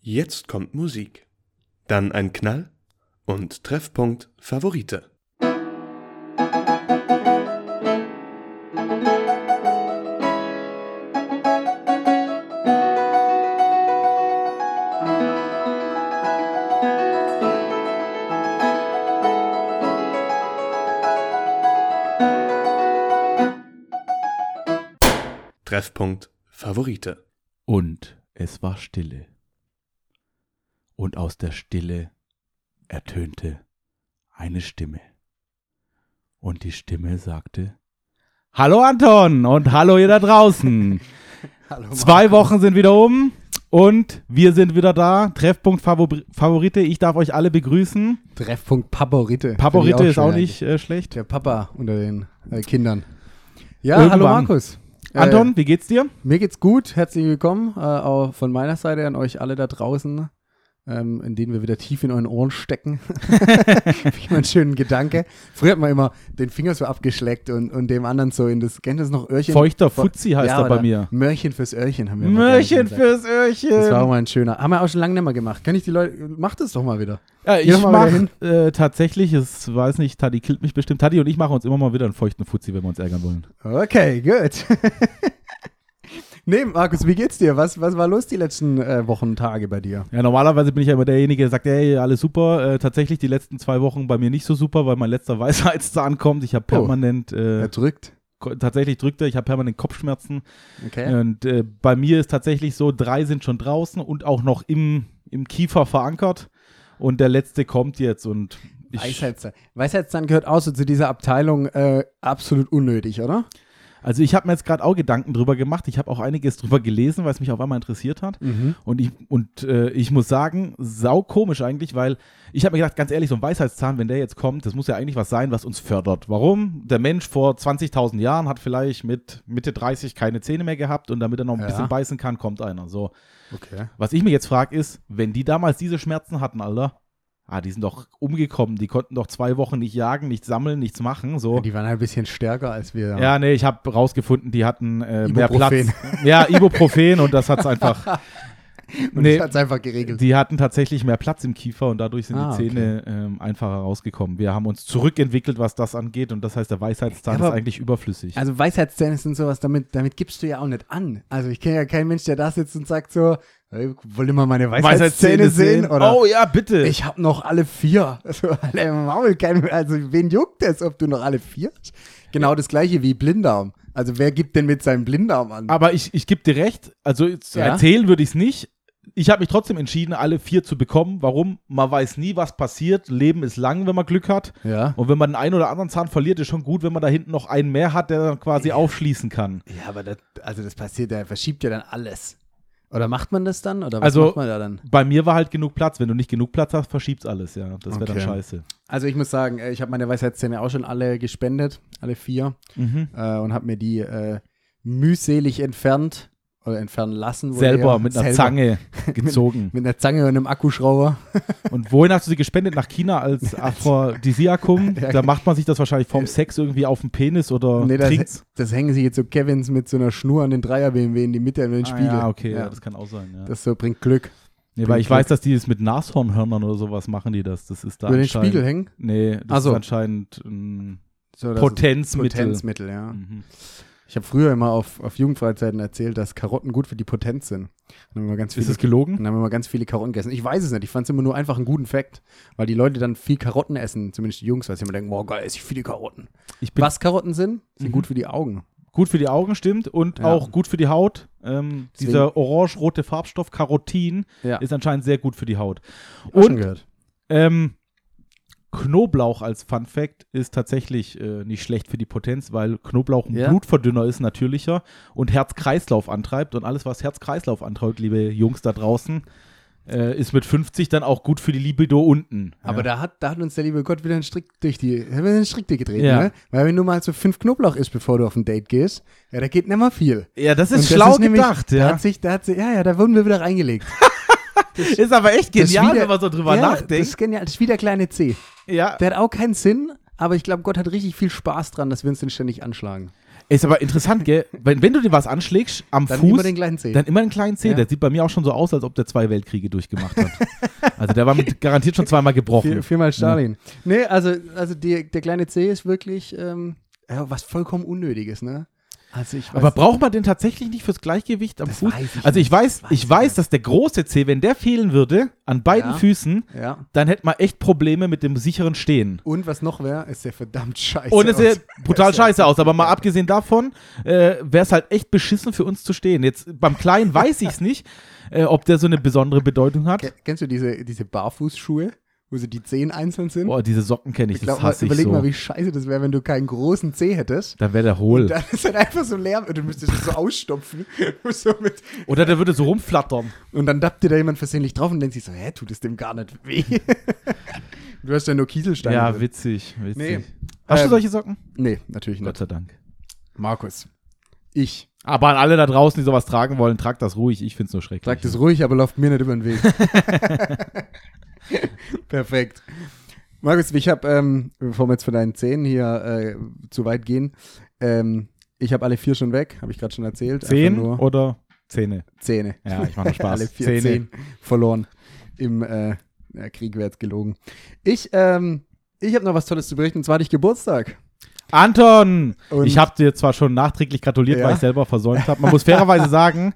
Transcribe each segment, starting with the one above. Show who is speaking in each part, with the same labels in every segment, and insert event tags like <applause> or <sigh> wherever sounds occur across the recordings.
Speaker 1: Jetzt kommt Musik. Dann ein Knall und Treffpunkt Favorite. Treffpunkt Favorite.
Speaker 2: Und es war Stille. Und aus der Stille ertönte eine Stimme. Und die Stimme sagte, Hallo Anton und hallo ihr da
Speaker 3: <laughs>
Speaker 2: draußen.
Speaker 3: Hallo,
Speaker 2: Zwei
Speaker 3: Marco.
Speaker 2: Wochen sind wieder um und wir sind wieder da. Treffpunkt Favor- Favorite, ich darf euch alle begrüßen.
Speaker 3: Treffpunkt Paporite.
Speaker 2: Favorite
Speaker 3: Finde ich
Speaker 2: ist auch
Speaker 3: schön
Speaker 2: nicht
Speaker 3: eigentlich.
Speaker 2: äh, schlecht.
Speaker 3: Der Papa unter den äh, Kindern. Ja, hallo
Speaker 2: Irgendwann.
Speaker 3: Markus. Äh,
Speaker 2: Anton, wie geht's dir?
Speaker 3: Mir geht's gut. Herzlich willkommen äh, auch von meiner Seite an euch alle da draußen, ähm, in denen wir wieder tief in euren Ohren stecken. <laughs> Finde ich mal einen schönen Gedanke. Früher hat man immer den Finger so abgeschleckt und, und dem anderen so in das, kennt ihr das noch, Öhrchen?
Speaker 2: Feuchter Fuzzi heißt
Speaker 3: ja,
Speaker 2: er bei
Speaker 3: oder
Speaker 2: mir.
Speaker 3: Möhrchen fürs Öhrchen haben wir immer gerne
Speaker 2: Möhrchen
Speaker 3: gesagt.
Speaker 2: fürs
Speaker 3: Das war auch
Speaker 2: Öhrchen.
Speaker 3: mal ein schöner. Haben wir auch schon lange nicht mehr gemacht. Kann ich die Leute, macht das doch mal wieder.
Speaker 2: Ja,
Speaker 3: Geh
Speaker 2: ich
Speaker 3: doch mal wieder
Speaker 2: mache äh, tatsächlich, es weiß nicht, Tati killt mich bestimmt. Tati und ich machen uns immer mal wieder einen feuchten Fuzzi, wenn wir uns ärgern wollen.
Speaker 3: Okay, gut. <laughs> nee, Markus, wie geht's dir? Was, was war los die letzten äh, Wochen, Tage bei dir?
Speaker 2: Ja, normalerweise bin ich ja immer derjenige, der sagt, hey, alles super. Äh, tatsächlich die letzten zwei Wochen bei mir nicht so super, weil mein letzter <laughs> Weisheitszahn kommt. Ich habe
Speaker 3: Oh.
Speaker 2: permanent, äh,
Speaker 3: Erdrückt.
Speaker 2: ko- tatsächlich drückt er, ich habe permanent Kopfschmerzen.
Speaker 3: Okay.
Speaker 2: Und äh, bei mir ist tatsächlich so, drei sind schon draußen und auch noch im, im Kiefer verankert. Und der letzte kommt jetzt und ich,
Speaker 3: Weisheitszahn. Weisheitszahn gehört auch so zu dieser Abteilung äh, absolut unnötig, oder?
Speaker 2: also ich habe mir jetzt gerade auch Gedanken drüber gemacht. Ich habe auch einiges drüber gelesen, weil es mich auf einmal interessiert hat.
Speaker 3: Mhm.
Speaker 2: Und ich, und, äh, ich muss sagen, sau komisch eigentlich, weil ich habe mir gedacht, ganz ehrlich, so ein Weisheitszahn, wenn der jetzt kommt, das muss ja eigentlich was sein, was uns fördert. Warum? Der Mensch vor 20.000 Jahren hat vielleicht mit Mitte 30 keine Zähne mehr gehabt und damit er noch ein
Speaker 3: Ja.
Speaker 2: bisschen beißen kann, kommt einer. So.
Speaker 3: Okay.
Speaker 2: Was ich mir jetzt frage, ist, wenn die damals diese Schmerzen hatten, Alter, ah, die sind doch umgekommen, die konnten doch zwei Wochen nicht jagen, nichts sammeln, nichts machen, so.
Speaker 3: Die waren halt ein bisschen stärker als wir.
Speaker 2: Oh. Ja, nee, ich habe rausgefunden, die hatten äh, mehr Platz.
Speaker 3: Ibuprofen.
Speaker 2: Ja, Ibuprofen und das hat's einfach.
Speaker 3: <laughs> Und
Speaker 2: nee.
Speaker 3: ich hat's einfach geregelt.
Speaker 2: Die hatten tatsächlich mehr Platz im Kiefer und dadurch sind
Speaker 3: Ah,
Speaker 2: die Zähne ähm, einfacher rausgekommen. Wir haben uns zurückentwickelt, was das angeht und das heißt, der Weisheitszahn
Speaker 3: Ja,
Speaker 2: ist
Speaker 3: aber-
Speaker 2: eigentlich überflüssig.
Speaker 3: Also Weisheitszähne sind sowas, damit, damit gibst du ja auch nicht an. Also ich kenne ja keinen Mensch, der da sitzt und sagt so, hey, wollt ihr mal meine Weisheitszähne, sehen? Oder
Speaker 2: oh ja, bitte.
Speaker 3: Ich habe noch alle vier. Also, <laughs> alle Maul, kein, also wen juckt es, ob du noch alle vier hast? Genau das gleiche wie Blinddarm. Also wer gibt denn mit seinem Blinddarm an?
Speaker 2: aber ich, ich gebe dir recht, also jetzt
Speaker 3: Ja?
Speaker 2: erzählen würde ich es nicht. Ich habe mich trotzdem entschieden, alle vier zu bekommen. Warum? Man weiß nie, was passiert. Leben ist lang, wenn man Glück hat.
Speaker 3: Ja.
Speaker 2: Und wenn man den einen oder anderen Zahn verliert, ist schon gut, wenn man da hinten noch einen mehr hat, der dann quasi aufschließen kann.
Speaker 3: Ja, aber das, also das passiert, der verschiebt ja dann alles. Oder macht man das dann? Oder was
Speaker 2: Also-
Speaker 3: macht man da dann?
Speaker 2: Bei mir war halt genug Platz. Wenn du nicht genug Platz hast, verschiebst alles, ja. Das wäre dann
Speaker 3: Okay.
Speaker 2: scheiße.
Speaker 3: Also ich muss sagen, äh, ich habe meine Weisheitszähne auch schon alle gespendet, alle vier,
Speaker 2: Mhm.
Speaker 3: äh, und habe mir die äh, mühselig entfernt oder entfernen lassen. wohl
Speaker 2: Selber
Speaker 3: eher.
Speaker 2: mit einer
Speaker 3: Selber. <laughs>
Speaker 2: Zange gezogen.
Speaker 3: Mit einer Zange und einem Akkuschrauber.
Speaker 2: Und wohin hast du sie gespendet? Nach China
Speaker 3: <laughs>
Speaker 2: als Aphrodisiakum?
Speaker 3: Ja.
Speaker 2: Da macht man sich das wahrscheinlich vorm Sex irgendwie auf den Penis oder
Speaker 3: Nee,
Speaker 2: Oh, trinkt's.
Speaker 3: das, das hängen sich jetzt so Kevins mit so einer Schnur an den Dreier BMW in die Mitte an den
Speaker 2: Ah,
Speaker 3: Spiegel.
Speaker 2: ja, okay, ja. das kann auch sein. Ja.
Speaker 3: Das so bringt Glück.
Speaker 2: nee, weil ich
Speaker 3: Glück.
Speaker 2: weiß, dass die das mit Nashornhörnern oder sowas machen, die das. Das ist da
Speaker 3: Über den
Speaker 2: anscheinend.
Speaker 3: Spiegel hängen.
Speaker 2: Nee, das
Speaker 3: Ach so.
Speaker 2: ist anscheinend ein
Speaker 3: So, das ist
Speaker 2: Potenzmittel.
Speaker 3: Potenzmittel, ja.
Speaker 2: Mhm.
Speaker 3: Ich habe früher immer auf, auf Jugendfreizeiten erzählt, dass Karotten gut für die Potenz sind. Und dann haben wir ganz
Speaker 2: Ist
Speaker 3: viele,
Speaker 2: es gelogen?
Speaker 3: dann haben wir immer ganz viele Karotten gegessen. Ich weiß es nicht. Ich fand es immer nur einfach einen guten Fact, weil die Leute dann viel Karotten essen, zumindest die Jungs, weil sie immer denken, boah, geil, esse ich viele Karotten.
Speaker 2: Ich bin
Speaker 3: Was Karotten sind, sind
Speaker 2: Mhm.
Speaker 3: gut für die Augen.
Speaker 2: gut für die Augen, stimmt, und
Speaker 3: Ja.
Speaker 2: auch gut für die Haut. Ähm,
Speaker 3: Deswegen-
Speaker 2: dieser orange-rote Farbstoff Carotin
Speaker 3: Ja.
Speaker 2: ist anscheinend sehr gut für die Haut.
Speaker 3: Auch schon
Speaker 2: Und
Speaker 3: gehört.
Speaker 2: Ähm, Knoblauch als Fun Fact ist tatsächlich äh, nicht schlecht für die Potenz, weil Knoblauch ein
Speaker 3: Ja.
Speaker 2: Blutverdünner ist natürlicher und Herz-Kreislauf antreibt und alles, was Herz-Kreislauf antreibt, liebe Jungs da draußen, äh, ist mit 50 dann auch gut für die Libido unten.
Speaker 3: Aber da, hat, da hat uns der liebe Gott wieder einen Strick durch die, hat wieder einen Strick durchgedreht,
Speaker 2: Ja.
Speaker 3: ne? Weil wenn du mal so fünf Knoblauch isst, bevor du auf ein Date gehst, ja, da geht nicht mal viel.
Speaker 2: ja, das
Speaker 3: Und
Speaker 2: ist schlau
Speaker 3: nämlich-
Speaker 2: gedacht,
Speaker 3: Da
Speaker 2: ja.
Speaker 3: hat sich, da hat sich, ja, ja, da wurden wir wieder reingelegt.
Speaker 2: Ist aber echt
Speaker 3: Das ist
Speaker 2: genial,
Speaker 3: wie der-
Speaker 2: wenn man so drüber
Speaker 3: ja, Das
Speaker 2: nachdenkt.
Speaker 3: ist genial, das ist wie der kleine C.
Speaker 2: Ja.
Speaker 3: Der hat auch keinen Sinn, aber ich glaube, Gott hat richtig viel Spaß dran, dass wir uns den ständig anschlagen.
Speaker 2: Ist aber interessant, gell? Wenn, wenn du dir was anschlägst am
Speaker 3: Dann
Speaker 2: Fuß,
Speaker 3: immer den kleinen Zeh.
Speaker 2: dann immer einen kleinen Zeh.
Speaker 3: Ja.
Speaker 2: Der sieht bei mir auch schon so aus, als ob der zwei Weltkriege durchgemacht
Speaker 3: <laughs>
Speaker 2: hat. also der war mit, garantiert schon zweimal gebrochen.
Speaker 3: Vier, viermal Stalin. Nee, also, also die, der kleine C ist wirklich ähm, ja, was vollkommen Unnötiges, ne? Also ich weiß,
Speaker 2: Aber braucht man den tatsächlich nicht fürs Gleichgewicht am
Speaker 3: Das
Speaker 2: Fuß?
Speaker 3: weiß ich
Speaker 2: also ich weiß,
Speaker 3: Weiß
Speaker 2: ich
Speaker 3: ich
Speaker 2: weiß,
Speaker 3: nicht.
Speaker 2: dass der große Zeh, wenn der fehlen würde an beiden
Speaker 3: Ja.
Speaker 2: Füßen,
Speaker 3: ja.
Speaker 2: dann hätte man echt Probleme mit dem sicheren Stehen.
Speaker 3: Und was noch wäre, ist der verdammt scheiße.
Speaker 2: Und es
Speaker 3: aus.
Speaker 2: sieht brutal
Speaker 3: Das sieht
Speaker 2: scheiße aus, aber mal
Speaker 3: ja.
Speaker 2: abgesehen davon äh, wäre es halt echt beschissen für uns zu stehen. Jetzt beim Kleinen weiß ich es nicht, äh, ob der so eine besondere Bedeutung hat.
Speaker 3: Ke- Kennst du diese, diese Barfußschuhe, wo so die Zehen einzeln sind?
Speaker 2: Boah, diese Socken kenne ich, das
Speaker 3: mal,
Speaker 2: hasse ich
Speaker 3: überleg
Speaker 2: so.
Speaker 3: mal, wie scheiße das wäre, wenn du keinen großen Zeh hättest.
Speaker 2: dann wäre der
Speaker 3: <laughs>
Speaker 2: hohl.
Speaker 3: Dann ist halt einfach so leer und du müsstest es so ausstopfen. <laughs> so mit,
Speaker 2: Oder der würde so rumflattern.
Speaker 3: und dann dappt dir da jemand versehentlich drauf und denkt sich so, hä, tut es dem gar nicht weh. <laughs> du hast ja nur Kieselsteine.
Speaker 2: Ja,
Speaker 3: drin.
Speaker 2: witzig, witzig.
Speaker 3: Nee.
Speaker 2: Hast du
Speaker 3: Ähm,
Speaker 2: solche Socken?
Speaker 3: Nee, natürlich
Speaker 2: Gott
Speaker 3: nicht.
Speaker 2: sei Dank.
Speaker 3: Markus, ich
Speaker 2: Aber an alle da draußen, die sowas tragen wollen, tragt das ruhig. Ich finde es nur schrecklich.
Speaker 3: sag das ruhig, aber lauft mir nicht über
Speaker 2: <laughs>
Speaker 3: den Weg. <laughs> Perfekt. Markus, ich habe, ähm, bevor wir jetzt von deinen Zähnen hier äh, zu weit gehen, ähm, ich habe alle vier schon weg, habe ich gerade schon erzählt. Einfach
Speaker 2: Zehen
Speaker 3: nur
Speaker 2: oder Zähne?
Speaker 3: Zähne.
Speaker 2: Ja, ich
Speaker 3: <laughs>
Speaker 2: mache Spaß.
Speaker 3: Alle vier Zähne. Zehn verloren. Im äh, ja, Krieg wäre jetzt gelogen. Ich, ähm, ich habe noch was Tolles zu berichten, und zwar hatte ich Geburtstag.
Speaker 2: Anton!
Speaker 3: Und-
Speaker 2: ich habe dir zwar schon nachträglich gratuliert,
Speaker 3: Ja.
Speaker 2: weil ich selber versäumt habe. Man muss fairerweise sagen,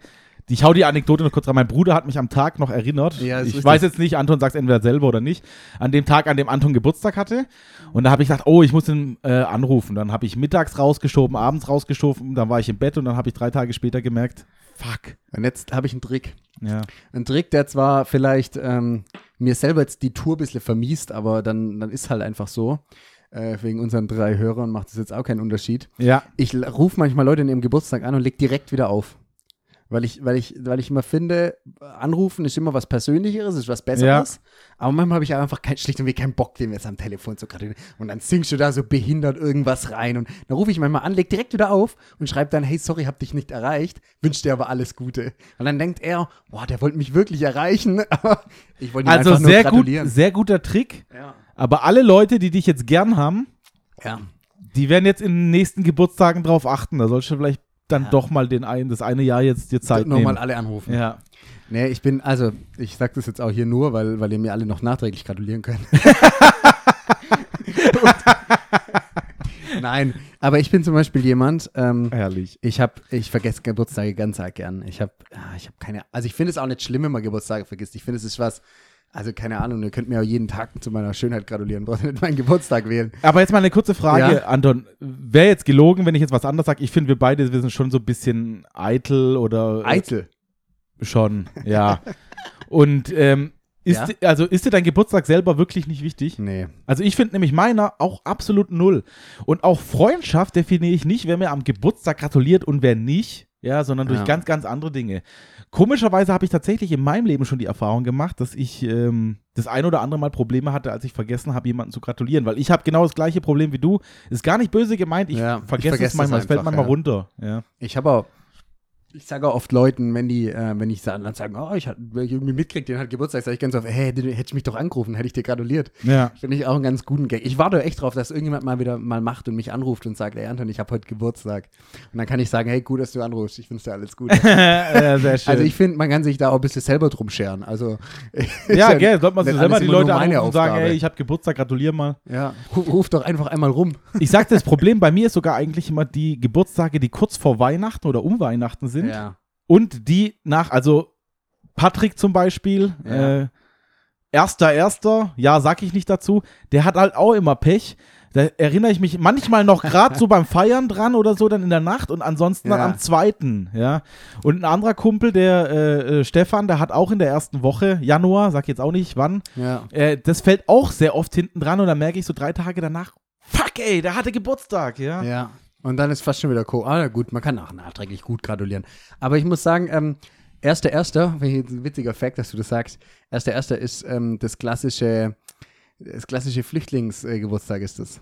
Speaker 2: ich hau die Anekdote noch kurz rein. Mein Bruder hat mich am Tag noch erinnert.
Speaker 3: Ja, ist
Speaker 2: ich
Speaker 3: richtig.
Speaker 2: weiß jetzt nicht, Anton sagt entweder selber oder nicht. An dem Tag, an dem Anton Geburtstag hatte. Und da habe ich gedacht, oh, ich muss ihn äh, anrufen. Dann habe ich mittags rausgeschoben, abends rausgeschoben. Dann war ich im Bett und dann habe ich drei Tage später gemerkt, fuck.
Speaker 3: Und jetzt habe ich einen Trick.
Speaker 2: Ja.
Speaker 3: Ein Trick, der zwar vielleicht ähm, mir selber jetzt die Tour ein bisschen vermiest, aber dann, dann ist halt einfach so. Äh, wegen unseren drei Hörern macht es jetzt auch keinen Unterschied.
Speaker 2: Ja.
Speaker 3: Ich rufe manchmal Leute in ihrem Geburtstag an und leg direkt wieder auf. Weil ich, weil, ich, weil ich immer finde, anrufen ist immer was Persönlicheres, ist was Besseres. Aber manchmal habe ich auch einfach kein, schlicht und weg keinen Bock, dem jetzt am Telefon zu gratulieren. Und dann singst du da so behindert irgendwas rein. Und dann rufe ich manchmal an, leg direkt wieder auf und schreibe dann, hey, sorry, hab dich nicht erreicht, wünsch dir aber alles Gute. Und dann denkt er, boah, der wollte mich wirklich erreichen, <laughs> aber ich wollte ihm
Speaker 2: Also
Speaker 3: einfach nur
Speaker 2: sehr, gut,
Speaker 3: gratulieren.
Speaker 2: sehr guter Trick.
Speaker 3: ja.
Speaker 2: Aber alle Leute, die dich jetzt gern haben,
Speaker 3: ja.
Speaker 2: Die werden jetzt in den nächsten Geburtstagen drauf achten. Da sollst du vielleicht dann doch mal den einen, das eine Jahr jetzt dir Zeit
Speaker 3: Nochmal
Speaker 2: nehmen.
Speaker 3: alle anrufen.
Speaker 2: Ja.
Speaker 3: Nee, ich bin, also, ich sag das jetzt auch hier nur, weil, weil ihr mir alle noch nachträglich gratulieren könnt. Und, nein, aber ich bin zum Beispiel jemand, ähm,
Speaker 2: Herrlich.
Speaker 3: ich habe, ich vergesse Geburtstage ganz arg gern. Ich habe, ich habe keine, also ich finde es auch nicht schlimm, wenn man Geburtstage vergisst. Ich finde es ist was, also keine Ahnung, ihr könnt mir auch jeden Tag zu meiner Schönheit gratulieren, braucht ihr nicht meinen Geburtstag wählen.
Speaker 2: Aber jetzt mal eine kurze Frage,
Speaker 3: Ja.
Speaker 2: Anton. Wäre jetzt gelogen, wenn ich jetzt was anderes sage? Ich finde, wir beide wir sind schon so ein bisschen eitel oder
Speaker 3: Eitel.
Speaker 2: schon. Ja. Und ähm, ist,
Speaker 3: Ja.
Speaker 2: di- also ist dir dein Geburtstag selber wirklich nicht wichtig?
Speaker 3: Nee.
Speaker 2: Also ich finde nämlich meiner auch absolut null. Und auch Freundschaft definiere ich nicht, wer mir am Geburtstag gratuliert und wer nicht. Ja, sondern durch
Speaker 3: Ja.
Speaker 2: ganz, ganz andere Dinge. Komischerweise habe ich tatsächlich in meinem Leben schon die Erfahrung gemacht, dass ich ähm, das ein oder andere Mal Probleme hatte, als ich vergessen habe, jemanden zu gratulieren. Weil ich habe genau das gleiche Problem wie du. Ist gar nicht böse gemeint. Ich
Speaker 3: Ja, ich
Speaker 2: vergesse es
Speaker 3: vergesse
Speaker 2: manchmal.
Speaker 3: das
Speaker 2: Es fällt
Speaker 3: einfach,
Speaker 2: manchmal
Speaker 3: ja.
Speaker 2: runter. Ja.
Speaker 3: Ich habe auch, ich sage auch oft Leuten, wenn die, äh, wenn ich sa- dann sagen, oh, ich hab- wenn ich irgendwie mitkriege, den hat Geburtstag, sage ich ganz oft, hey, den- hättest du mich doch angerufen, hätte ich dir gratuliert.
Speaker 2: ja.
Speaker 3: Finde ich auch einen ganz guten Gag. Ich warte echt drauf, dass irgendjemand mal wieder mal macht und mich anruft und sagt, ey Anton, ich habe heute Geburtstag. Und dann kann ich sagen, hey, gut, dass du anrufst, ich wünsche dir alles Gute.
Speaker 2: ja <laughs> sehr schön.
Speaker 3: also ich finde, man kann sich da auch ein bisschen selber drum scheren. Also, <laughs>
Speaker 2: ja, gell, sollte man
Speaker 3: nicht
Speaker 2: sich selber
Speaker 3: alles
Speaker 2: die
Speaker 3: immer nur
Speaker 2: Leute
Speaker 3: meine
Speaker 2: anrufen und sagen,
Speaker 3: Aufgabe.
Speaker 2: ey, ich habe Geburtstag, gratulier mal.
Speaker 3: ja, ru- ruf doch einfach einmal rum.
Speaker 2: Ich sagte, das Problem bei mir ist sogar eigentlich immer die Geburtstage, die kurz vor Weihnachten oder um Weihnachten sind
Speaker 3: Ja.
Speaker 2: und die nach, also Patrick zum Beispiel,
Speaker 3: Ja.
Speaker 2: äh, erster, erster, ja, sag ich nicht dazu, der hat halt auch immer Pech. Da erinnere ich mich manchmal noch gerade
Speaker 3: <laughs>
Speaker 2: so beim Feiern dran oder so, dann in der Nacht und ansonsten
Speaker 3: Ja.
Speaker 2: dann am zweiten, ja. Und ein anderer Kumpel, der äh, äh, Stefan, der hat auch in der ersten Woche, Januar, sag jetzt auch nicht wann,
Speaker 3: ja.
Speaker 2: äh, das fällt auch sehr oft hinten dran und dann merke ich so drei Tage danach, fuck ey, der hatte Geburtstag, ja.
Speaker 3: Ja. Und dann ist fast schon wieder Co. Ah, na gut, man kann auch nachträglich gut gratulieren. Aber ich muss sagen, ähm, erster erster, wenn ich jetzt ein witziger Fact, dass du das sagst, erster erster ist ähm, das klassische, das klassische Flüchtlingsgeburtstag ist das.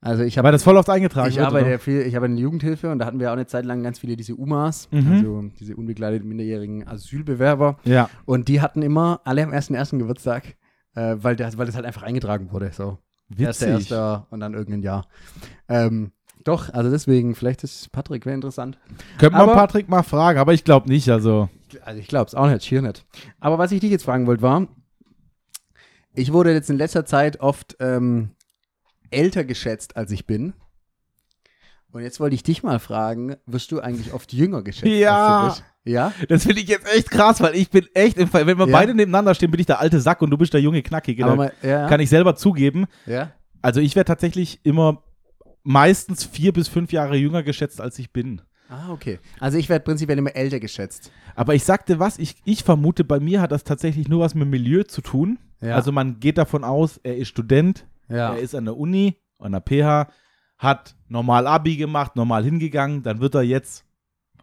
Speaker 3: Also ich habe
Speaker 2: Weil das voll oft eingetragen ne?
Speaker 3: ich
Speaker 2: wird,
Speaker 3: arbeite
Speaker 2: oder?
Speaker 3: ja viel, ich arbeite in der Jugendhilfe und da hatten wir auch eine Zeit lang ganz viele diese UMAs,
Speaker 2: Mhm.
Speaker 3: also diese unbegleiteten minderjährigen Asylbewerber.
Speaker 2: Ja.
Speaker 3: Und die hatten immer alle am ersten ersten Geburtstag, äh, weil, das, weil das halt einfach eingetragen wurde. So.
Speaker 2: Witzig.
Speaker 3: Erster, erster und dann irgendein Jahr. Ähm, Doch, also deswegen, vielleicht ist Patrick wäre interessant.
Speaker 2: Könnte man
Speaker 3: Aber-
Speaker 2: Patrick mal fragen, aber ich glaube nicht. Also,
Speaker 3: Also ich glaube es auch nicht, schier nicht. Aber was ich dich jetzt fragen wollte war, ich wurde jetzt in letzter Zeit oft ähm, älter geschätzt, als ich bin. Und jetzt wollte ich dich mal fragen, wirst du eigentlich oft jünger geschätzt?
Speaker 2: Ja.
Speaker 3: Als du bist? Ja?
Speaker 2: das finde ich jetzt echt krass, weil ich bin echt im Fall, wenn wir
Speaker 3: Ja.
Speaker 2: beide nebeneinander stehen, bin ich der alte Sack und du bist der junge Knackige.
Speaker 3: Aber
Speaker 2: Da
Speaker 3: mal, ja,
Speaker 2: Genau. kann ich selber zugeben.
Speaker 3: ja.
Speaker 2: Also, ich werde tatsächlich immer meistens vier bis fünf Jahre jünger geschätzt, als ich bin.
Speaker 3: Ah, okay. Also ich werde prinzipiell immer älter geschätzt.
Speaker 2: Aber ich sagte was, ich, ich vermute, bei mir hat das tatsächlich nur was mit Milieu zu tun.
Speaker 3: Ja.
Speaker 2: Also man geht davon aus, er ist Student,
Speaker 3: Ja.
Speaker 2: er ist an der Uni, an der PH, hat normal Abi gemacht, normal hingegangen, dann wird er jetzt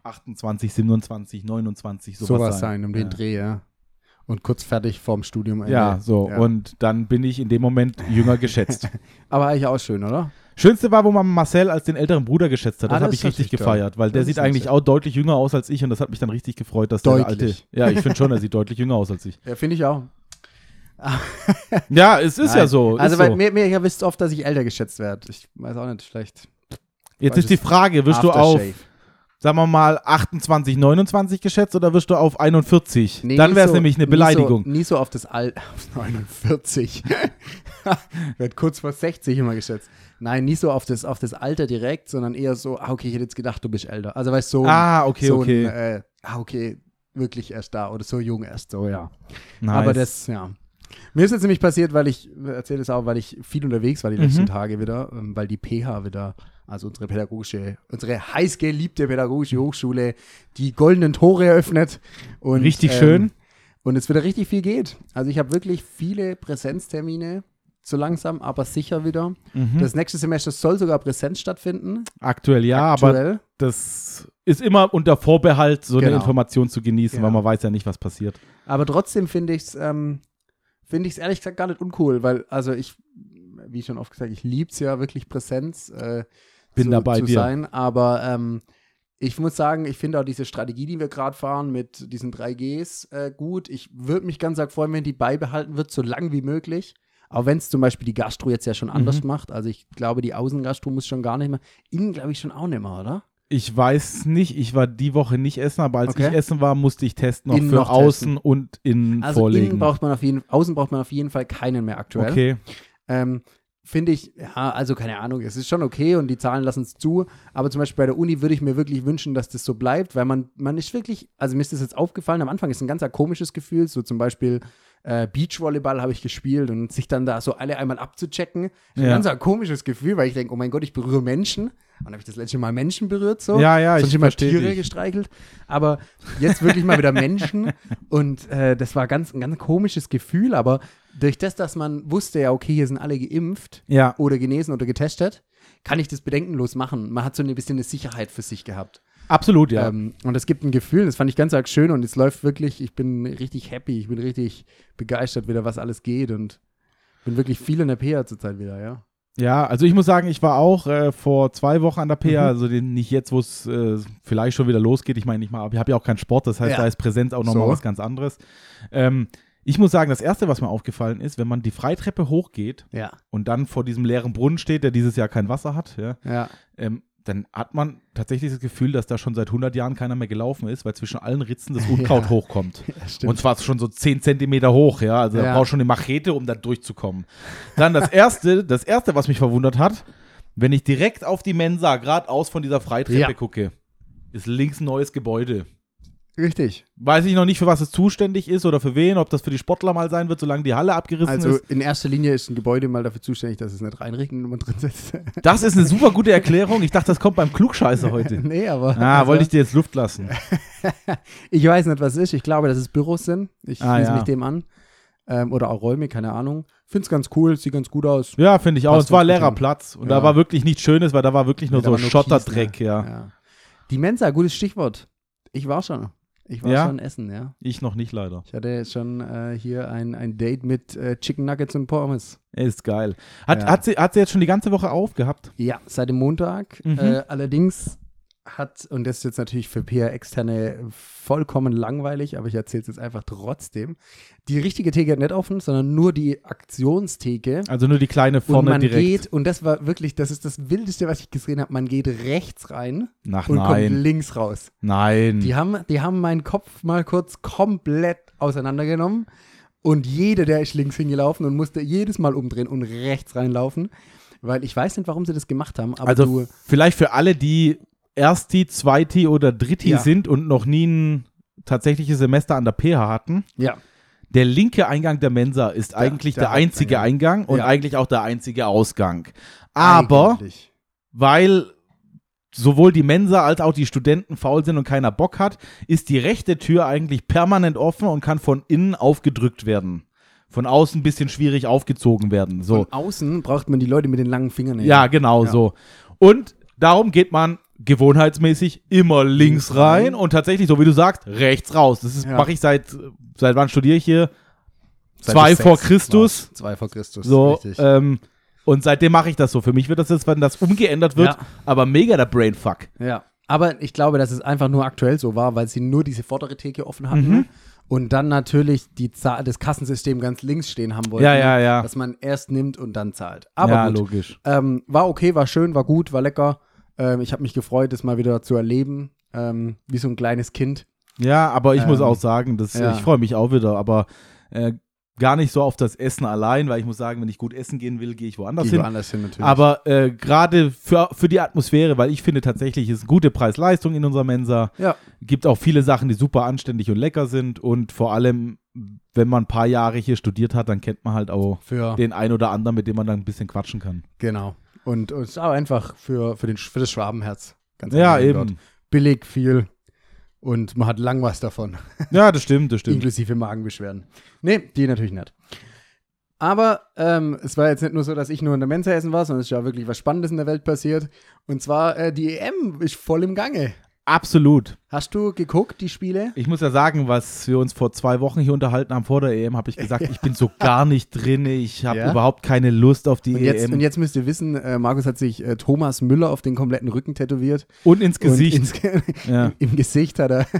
Speaker 2: 28, 27, 29, sowas,
Speaker 3: Sowas
Speaker 2: sein.
Speaker 3: sein, um den
Speaker 2: ja.
Speaker 3: Dreh, ja. Und kurz fertig vorm Studium.
Speaker 2: Ja, so. Und dann bin ich in dem Moment jünger geschätzt. <laughs>
Speaker 3: Aber eigentlich auch schön, oder?
Speaker 2: Schönste war, wo man Marcel als den älteren Bruder geschätzt hat. Das
Speaker 3: Ah, das
Speaker 2: habe
Speaker 3: ist
Speaker 2: ich richtig
Speaker 3: natürlich
Speaker 2: gefeiert, weil der
Speaker 3: Das
Speaker 2: sieht
Speaker 3: ist
Speaker 2: eigentlich
Speaker 3: nett.
Speaker 2: auch deutlich jünger aus als ich und das hat mich dann richtig gefreut, dass der alte.
Speaker 3: Deutlich.
Speaker 2: Ja, ich finde schon, er sieht deutlich jünger aus als
Speaker 3: <laughs>
Speaker 2: ich.
Speaker 3: Ja, finde ich auch.
Speaker 2: Ja, es ist ja
Speaker 3: Nein.
Speaker 2: so.
Speaker 3: Also,
Speaker 2: ist
Speaker 3: weil
Speaker 2: so.
Speaker 3: mir, mir ihr wisst oft, dass ich älter geschätzt werde. Ich weiß auch nicht, vielleicht.
Speaker 2: Jetzt
Speaker 3: Weil
Speaker 2: ist die
Speaker 3: das
Speaker 2: Frage, wirst du auf,
Speaker 3: Aftershave.
Speaker 2: sagen wir mal, 28, 29 geschätzt oder wirst du auf 41?
Speaker 3: Nee,
Speaker 2: Dann
Speaker 3: nicht
Speaker 2: wäre es
Speaker 3: so-
Speaker 2: nämlich eine Beleidigung.
Speaker 3: Nie so, nie so auf das Alter. <laughs> Auf <laughs> 49. Wird kurz vor 60 immer geschätzt. Nein, nie so auf das, auf das Alter direkt, sondern eher so, ah, okay, ich hätte jetzt gedacht, du bist älter. Also, weißt du, so. ein-
Speaker 2: ah, okay,
Speaker 3: so
Speaker 2: okay.
Speaker 3: Ein, äh, ah, okay, wirklich erst da oder so jung erst, so, ja.
Speaker 2: Nice.
Speaker 3: äh, Aber das, ja. Mir ist jetzt nämlich passiert, weil ich, erzähle es auch, weil ich viel unterwegs war die
Speaker 2: Mhm.
Speaker 3: letzten Tage wieder, ähm, weil die PH wieder, also unsere pädagogische, unsere heißgeliebte pädagogische Hochschule, die goldenen Tore eröffnet. Und, ähm,
Speaker 2: Richtig schön.
Speaker 3: Und es wieder richtig viel geht. Also ich habe wirklich viele Präsenztermine, so langsam, aber sicher wieder.
Speaker 2: mhm.
Speaker 3: Das nächste Semester soll sogar Präsenz stattfinden.
Speaker 2: aktuell ja, aber
Speaker 3: aktuell.
Speaker 2: das ist immer unter Vorbehalt, so eine
Speaker 3: Genau.
Speaker 2: Information zu genießen, weil
Speaker 3: Genau.
Speaker 2: man weiß ja nicht, was passiert.
Speaker 3: Aber trotzdem finde ich es ähm, finde ich es ehrlich gesagt gar nicht uncool, weil also ich wie schon oft gesagt, ich liebe es ja wirklich Präsenz äh,
Speaker 2: Bin
Speaker 3: zu,
Speaker 2: da bei
Speaker 3: zu
Speaker 2: dir.
Speaker 3: sein, aber ähm, ich muss sagen, ich finde auch diese Strategie, die wir gerade fahren mit diesen 3Gs äh, gut. Ich würde mich ganz arg freuen, wenn die beibehalten wird, so lang wie möglich. Auch wenn es zum Beispiel die Gastro jetzt ja
Speaker 2: Mhm.
Speaker 3: schon anders macht. Also ich glaube, die Außengastro muss schon gar nicht mehr. Innen glaube ich schon auch nicht mehr, oder?
Speaker 2: Ich weiß nicht, ich war die Woche nicht essen, aber als
Speaker 3: Okay.
Speaker 2: ich essen war, musste ich testen, noch
Speaker 3: Innen
Speaker 2: für
Speaker 3: noch
Speaker 2: außen und innen
Speaker 3: Also innen
Speaker 2: vorlegen.
Speaker 3: braucht man auf jeden, außen braucht man auf jeden Fall keinen mehr aktuell.
Speaker 2: okay.
Speaker 3: Ähm, Finde ich, ja, also keine Ahnung, es ist schon okay und die Zahlen lassen es zu, aber zum Beispiel bei der Uni würde ich mir wirklich wünschen, dass das so bleibt, weil man, man ist wirklich, also mir ist das jetzt aufgefallen, am Anfang ist ein ganz komisches Gefühl, so zum Beispiel äh, Beachvolleyball habe ich gespielt und sich dann da so alle einmal abzuchecken, ist ein
Speaker 2: Ja.
Speaker 3: ganz komisches Gefühl, weil ich denke, oh mein Gott, ich berühre Menschen, und dann habe ich das letzte Mal Menschen berührt, so.
Speaker 2: Ja, ja,
Speaker 3: Sonst
Speaker 2: ich
Speaker 3: immer
Speaker 2: verstehe
Speaker 3: Tiere
Speaker 2: dich.
Speaker 3: gestreichelt. Aber jetzt wirklich mal wieder
Speaker 2: <laughs>
Speaker 3: Menschen. Und äh, das war ganz, ein ganz komisches Gefühl. Aber durch das, dass man wusste, ja, okay, hier sind alle geimpft
Speaker 2: Ja.
Speaker 3: oder genesen oder getestet, kann ich das bedenkenlos machen. Man hat so ein bisschen eine Sicherheit für sich gehabt.
Speaker 2: Absolut, ja.
Speaker 3: Ähm, und es gibt ein Gefühl, das fand ich ganz arg schön. Und es läuft wirklich, ich bin richtig happy. Ich bin richtig begeistert wieder, was alles geht. Und bin wirklich viel in der PA zurzeit wieder, ja.
Speaker 2: Ja, also ich muss sagen, ich war auch äh, vor zwei Wochen an der PA,
Speaker 3: Mhm.
Speaker 2: also den, nicht jetzt, wo es äh, vielleicht schon wieder losgeht. Ich meine, ich habe hab ja auch keinen Sport, das heißt,
Speaker 3: Ja.
Speaker 2: da ist Präsenz auch nochmal
Speaker 3: So.
Speaker 2: was ganz anderes. Ähm, ich muss sagen, das Erste, was mir aufgefallen ist, wenn man die Freitreppe hochgeht
Speaker 3: Ja,
Speaker 2: und dann vor diesem leeren Brunnen steht, der dieses Jahr kein Wasser hat, ja,
Speaker 3: ja.
Speaker 2: ähm, dann hat man tatsächlich das Gefühl, dass da schon seit 100 Jahren keiner mehr gelaufen ist, weil zwischen allen Ritzen das Unkraut
Speaker 3: Ja.
Speaker 2: hochkommt.
Speaker 3: stimmt.
Speaker 2: Und zwar schon so 10 Zentimeter hoch, ja. Also da
Speaker 3: Ja.
Speaker 2: brauchst du schon eine Machete, um da durchzukommen. Dann das erste, <laughs> das erste, was mich verwundert hat, wenn ich direkt auf die Mensa geradeaus von dieser Freitreppe
Speaker 3: Ja.
Speaker 2: gucke, ist links ein neues Gebäude.
Speaker 3: Richtig.
Speaker 2: Weiß ich noch nicht, für was es zuständig ist oder für wen, ob das für die Sportler mal sein wird, solange die Halle abgerissen
Speaker 3: Also
Speaker 2: ist.
Speaker 3: in erster Linie ist ein Gebäude mal dafür zuständig, dass es nicht reinregnet und man drin sitzt. <laughs>
Speaker 2: Das ist eine super gute Erklärung. Ich dachte, das kommt beim Klugscheißer
Speaker 3: <laughs>
Speaker 2: heute.
Speaker 3: nee, aber.
Speaker 2: Ah,
Speaker 3: also,
Speaker 2: wollte ich dir jetzt Luft lassen.
Speaker 3: Ich weiß nicht, was es ist. Ich glaube, dass es Büros sind. Ich
Speaker 2: Ah,
Speaker 3: schließe
Speaker 2: ja.
Speaker 3: mich dem an. Ähm, oder auch Räume, keine Ahnung. Finde es ganz cool, sieht ganz gut aus.
Speaker 2: Ja, finde ich auch.
Speaker 3: Passt
Speaker 2: Es war
Speaker 3: uns gut
Speaker 2: leerer
Speaker 3: hin.
Speaker 2: Platz. Und
Speaker 3: Ja.
Speaker 2: da war wirklich nichts Schönes, weil da war wirklich nur
Speaker 3: Da
Speaker 2: so
Speaker 3: war nur
Speaker 2: Schotterdreck,
Speaker 3: Kies, ne?
Speaker 2: ja.
Speaker 3: Ja. Die Mensa, gutes Stichwort. Ich war schon. Ich war
Speaker 2: Ja?
Speaker 3: schon essen, ja.
Speaker 2: Ich noch nicht leider.
Speaker 3: Ich hatte jetzt schon äh, hier ein, ein Date mit äh, Chicken Nuggets und Pommes.
Speaker 2: Ist geil. Hat,
Speaker 3: Ja.
Speaker 2: hat, sie, hat sie jetzt schon die ganze Woche aufgehabt?
Speaker 3: Ja, seit dem Montag.
Speaker 2: Mhm.
Speaker 3: Äh, allerdings hat, und das ist jetzt natürlich für PR-Externe vollkommen langweilig, aber ich erzähle es jetzt einfach trotzdem, die richtige Theke hat nicht offen, sondern nur die Aktionstheke.
Speaker 2: Also nur die kleine
Speaker 3: Und
Speaker 2: vorne
Speaker 3: man
Speaker 2: direkt.
Speaker 3: geht, und das war wirklich, das ist das Wildeste, was ich gesehen habe, man geht rechts rein
Speaker 4: Nach
Speaker 3: und kommt
Speaker 4: nein.
Speaker 3: links raus.
Speaker 4: Nein.
Speaker 2: Hm.
Speaker 3: Die haben, die haben meinen Kopf mal kurz komplett auseinandergenommen. Und jeder, der ist links hingelaufen und musste jedes Mal umdrehen und rechts reinlaufen. Weil ich weiß nicht, warum sie das gemacht haben, aber
Speaker 2: also
Speaker 3: du,
Speaker 2: f- vielleicht für alle, die Ersti, Zweiti oder Dritti
Speaker 3: Ja.
Speaker 2: sind und noch nie ein tatsächliches Semester an der PH hatten.
Speaker 3: ja,
Speaker 2: Der linke Eingang der Mensa ist eigentlich
Speaker 3: der
Speaker 2: der, einzige Eingang und
Speaker 3: Ja.
Speaker 2: eigentlich auch der einzige Ausgang. Aber
Speaker 3: Eigentlich.
Speaker 2: weil sowohl die Mensa als auch die Studenten faul sind und keiner Bock hat, ist die rechte Tür eigentlich permanent offen und kann von innen aufgedrückt werden. Von außen ein bisschen schwierig aufgezogen werden. So.
Speaker 3: Von außen braucht man die Leute mit den langen Fingernägeln.
Speaker 2: Ja, genau
Speaker 3: Ja.
Speaker 2: so. Und darum geht man gewohnheitsmäßig immer links rein und tatsächlich, so wie du sagst, rechts raus. Das ist
Speaker 3: Ja.
Speaker 2: mache ich seit, seit wann studiere ich hier?
Speaker 3: Seit
Speaker 2: zwei
Speaker 3: bis
Speaker 2: vor
Speaker 3: sechs
Speaker 2: Christus.
Speaker 3: war's. Zwei vor Christus.
Speaker 2: So,
Speaker 3: richtig.
Speaker 2: ähm, und seitdem mache ich das so. Für mich wird das jetzt, wenn das umgeändert wird,
Speaker 3: Ja.
Speaker 2: aber mega der Brainfuck.
Speaker 3: Ja, aber ich glaube, dass es einfach nur aktuell so war, weil sie nur diese vordere Theke offen hatten
Speaker 2: Mhm.
Speaker 3: und dann natürlich die Zahl, das Kassensystem ganz links stehen haben wollten.
Speaker 2: Ja, ja, ja.
Speaker 3: Dass man erst nimmt und dann zahlt. ne? Aber
Speaker 2: ja,
Speaker 3: gut,
Speaker 2: logisch.
Speaker 3: ähm, war okay, war schön, war gut, war lecker. Ähm, ich habe mich gefreut, das mal wieder zu erleben, ähm, wie so ein kleines Kind.
Speaker 2: Ja, aber ich muss
Speaker 3: Ähm,
Speaker 2: auch sagen, das,
Speaker 3: ja.
Speaker 2: ich freue mich auch wieder, aber äh, gar nicht so auf das Essen allein, weil ich muss sagen, wenn ich gut essen gehen will, gehe ich woanders
Speaker 3: Geh
Speaker 2: hin.
Speaker 3: woanders hin natürlich.
Speaker 2: Aber äh, gerade für, für die Atmosphäre, weil ich finde tatsächlich, ist eine gute Preis-Leistung in unserer Mensa.
Speaker 3: ja,
Speaker 2: Gibt auch viele Sachen, die super anständig und lecker sind. Und vor allem, wenn man ein paar Jahre hier studiert hat, dann kennt man halt auch
Speaker 3: für
Speaker 2: den einen oder anderen, mit dem man dann ein bisschen quatschen kann.
Speaker 3: genau. Und, und es ist auch einfach für, für, den, Sch- für das Schwabenherz. Ganz
Speaker 2: Ja,
Speaker 3: angenehm dort.
Speaker 2: eben.
Speaker 3: Billig viel und man hat lang was davon.
Speaker 2: Ja, das stimmt, das stimmt.
Speaker 3: inklusive Magenbeschwerden. Nee, die natürlich nicht. Aber ähm, es war jetzt nicht nur so, dass ich nur in der Mensa essen war, sondern es ist ja wirklich was Spannendes in der Welt passiert. Und zwar äh, die EM ist voll im Gange.
Speaker 2: Absolut.
Speaker 3: Hast du geguckt, die Spiele?
Speaker 2: Ich muss ja sagen, was wir uns vor zwei Wochen hier unterhalten haben vor der EM, habe ich
Speaker 3: <laughs>
Speaker 2: gesagt, ich bin so gar nicht drin, ich habe
Speaker 3: Ja.
Speaker 2: überhaupt keine Lust auf die E
Speaker 3: Und jetzt,
Speaker 2: EM.
Speaker 3: und jetzt müsst ihr wissen, äh, Markus hat sich äh, Thomas Müller auf den kompletten Rücken tätowiert.
Speaker 2: Und ins Gesicht.
Speaker 3: Und ins, <laughs>
Speaker 2: ja.
Speaker 3: Im Gesicht hat er. <laughs>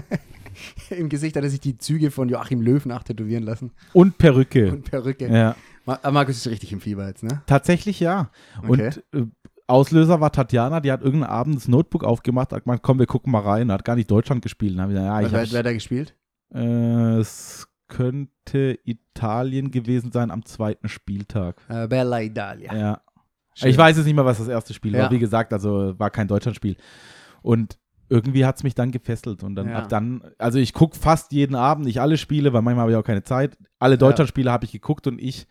Speaker 3: Im Gesicht hat er sich die Züge von Joachim Löw nachtätowieren lassen
Speaker 2: und Perücke.
Speaker 3: und Perücke.
Speaker 2: ja.
Speaker 3: Ma aber Markus ist richtig im Fieber jetzt, ne?
Speaker 2: Tatsächlich ja.
Speaker 3: Okay.
Speaker 2: Und äh, Auslöser war Tatjana, die hat irgendeinen Abend das Notebook aufgemacht, hat gemeint, komm, wir gucken mal rein. Hat gar nicht Deutschland gespielt. Dann hab ich gesagt, ja, Ah, ich
Speaker 3: wer, wer
Speaker 2: hab,
Speaker 3: hat da gespielt?
Speaker 2: äh, es könnte Italien gewesen sein am zweiten Spieltag.
Speaker 3: Äh, Bella Italia.
Speaker 2: Ja. Ich weiß jetzt nicht mehr, was das erste Spiel
Speaker 3: Ja.
Speaker 2: war. Wie gesagt, also war kein Deutschlandspiel. Und irgendwie hat es mich dann gefesselt. Und dann
Speaker 3: Ja.
Speaker 2: ab dann, also ich gucke fast jeden Abend, nicht alle Spiele, weil manchmal habe ich auch keine Zeit. Alle Deutschlandspiele habe ich geguckt und ich,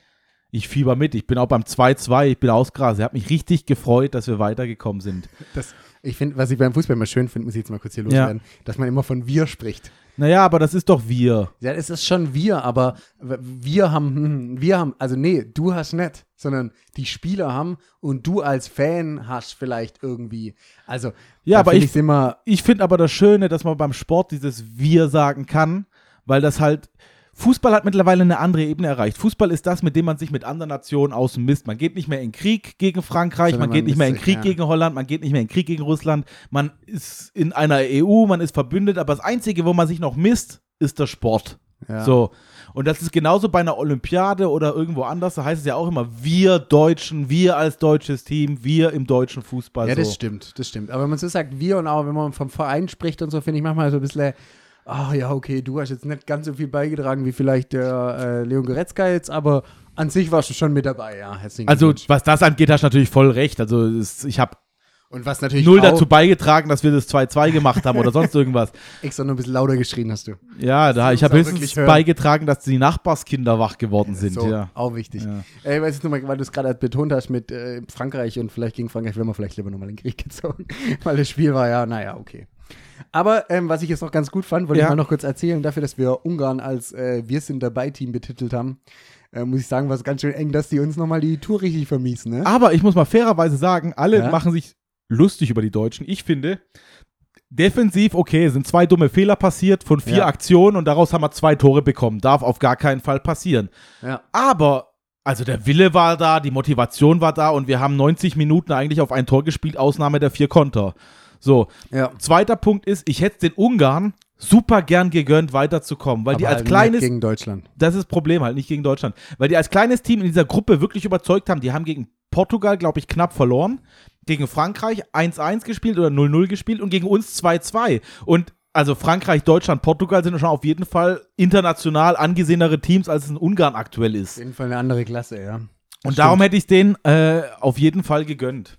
Speaker 2: ich fieber mit. Ich bin auch beim 2-2, ich bin ausgerastet. Ich habe mich richtig gefreut, dass wir weitergekommen sind.
Speaker 3: Das, ich finde, was ich beim Fußball immer schön finde, muss ich jetzt mal kurz hier loswerden, dass man immer von wir spricht.
Speaker 2: Naja, aber das ist doch wir.
Speaker 3: Ja, es ist schon wir, aber w- wir haben, hm, wir haben, also nee, du hast nicht, sondern die Spieler haben und du als Fan hast vielleicht irgendwie. Also,
Speaker 2: Ja,
Speaker 3: da
Speaker 2: aber
Speaker 3: find
Speaker 2: ich-
Speaker 3: ich's immer,
Speaker 2: Ich finde aber das Schöne, dass man beim Sport dieses Wir sagen kann, weil das halt. Fußball hat mittlerweile eine andere Ebene erreicht. Fußball ist das, mit dem man sich mit anderen Nationen außen misst. Man geht nicht mehr in Krieg gegen Frankreich,
Speaker 3: Sondern
Speaker 2: man geht
Speaker 3: man
Speaker 2: nicht mehr in
Speaker 3: misst sich,
Speaker 2: Krieg
Speaker 3: ja.
Speaker 2: gegen Holland, man geht nicht mehr in Krieg gegen Russland. Man ist in einer EU, man ist verbündet, aber das Einzige, wo man sich noch misst, ist der Sport.
Speaker 3: ja,
Speaker 2: So. Und das ist genauso bei einer Olympiade oder irgendwo anders. Da heißt es ja auch immer, wir Deutschen, wir als deutsches Team, wir im deutschen Fußball.
Speaker 3: ja,
Speaker 2: so.
Speaker 3: das stimmt, das stimmt. Aber wenn man so sagt wir und auch wenn man vom Verein spricht und so, finde ich manchmal so ein bisschen, ah ja, okay, du hast jetzt nicht ganz so viel beigetragen wie vielleicht der äh, Leon Goretzka jetzt, aber an sich warst du schon mit dabei, ja. Herzlichen
Speaker 2: Also,
Speaker 3: Glückwunsch.
Speaker 2: was das angeht, hast du natürlich voll recht. Also, es, ich habe
Speaker 3: und was natürlich
Speaker 2: null
Speaker 3: auch-
Speaker 2: dazu beigetragen, dass wir das 2-2 gemacht haben
Speaker 3: <laughs>
Speaker 2: oder sonst irgendwas.
Speaker 3: Extra nur ein bisschen lauter geschrien hast du.
Speaker 2: Ja, da, ich
Speaker 3: muss
Speaker 2: habe
Speaker 3: auch
Speaker 2: höchstens
Speaker 3: wirklich hören.
Speaker 2: beigetragen, dass die Nachbarskinder wach geworden sind.
Speaker 3: so,
Speaker 2: Ja.
Speaker 3: auch wichtig.
Speaker 2: Ja.
Speaker 3: Äh, weil es jetzt noch mal- weil du es gerade betont hast mit äh, Frankreich und vielleicht gegen Frankreich wären wir vielleicht lieber nochmal in den Krieg gezogen, <laughs> weil das Spiel war ja, naja, okay. Aber ähm, was ich jetzt noch ganz gut fand, wollte ich
Speaker 2: Ja.
Speaker 3: mal noch kurz erzählen, dafür, dass wir Ungarn als äh, Wir sind dabei Team betitelt haben, äh, muss ich sagen, war es ganz schön eng, dass die uns nochmal die Tour richtig vermiesen, ne?
Speaker 2: Aber ich muss mal fairerweise sagen, alle
Speaker 3: Ja.
Speaker 2: machen sich lustig über die Deutschen. Ich finde, defensiv, okay, sind zwei dumme Fehler passiert von vier
Speaker 3: Ja.
Speaker 2: Aktionen und daraus haben wir zwei Tore bekommen. Darf auf gar keinen Fall passieren.
Speaker 3: Ja.
Speaker 2: Aber, also der Wille war da, die Motivation war da und wir haben 90 Minuten eigentlich auf ein Tor gespielt, Ausnahme der vier Konter. So,
Speaker 3: Ja.
Speaker 2: zweiter Punkt ist, ich hätte den Ungarn super gern gegönnt, weiterzukommen, weil die
Speaker 3: Aber
Speaker 2: als
Speaker 3: halt
Speaker 2: kleines
Speaker 3: nicht gegen Deutschland.
Speaker 2: das ist das Problem halt, nicht gegen Deutschland. Weil die als kleines Team in dieser Gruppe wirklich überzeugt haben. Die haben gegen Portugal, glaube ich, knapp verloren. Gegen Frankreich 1-1 gespielt oder 0-0 gespielt und gegen uns 2-2. Und also Frankreich, Deutschland, Portugal sind schon auf jeden Fall international angesehenere Teams, als es in Ungarn aktuell
Speaker 3: Auf
Speaker 2: ist.
Speaker 3: jeden Fall eine andere Klasse, ja.
Speaker 2: Und darum hätte ich den äh, auf jeden Fall gegönnt.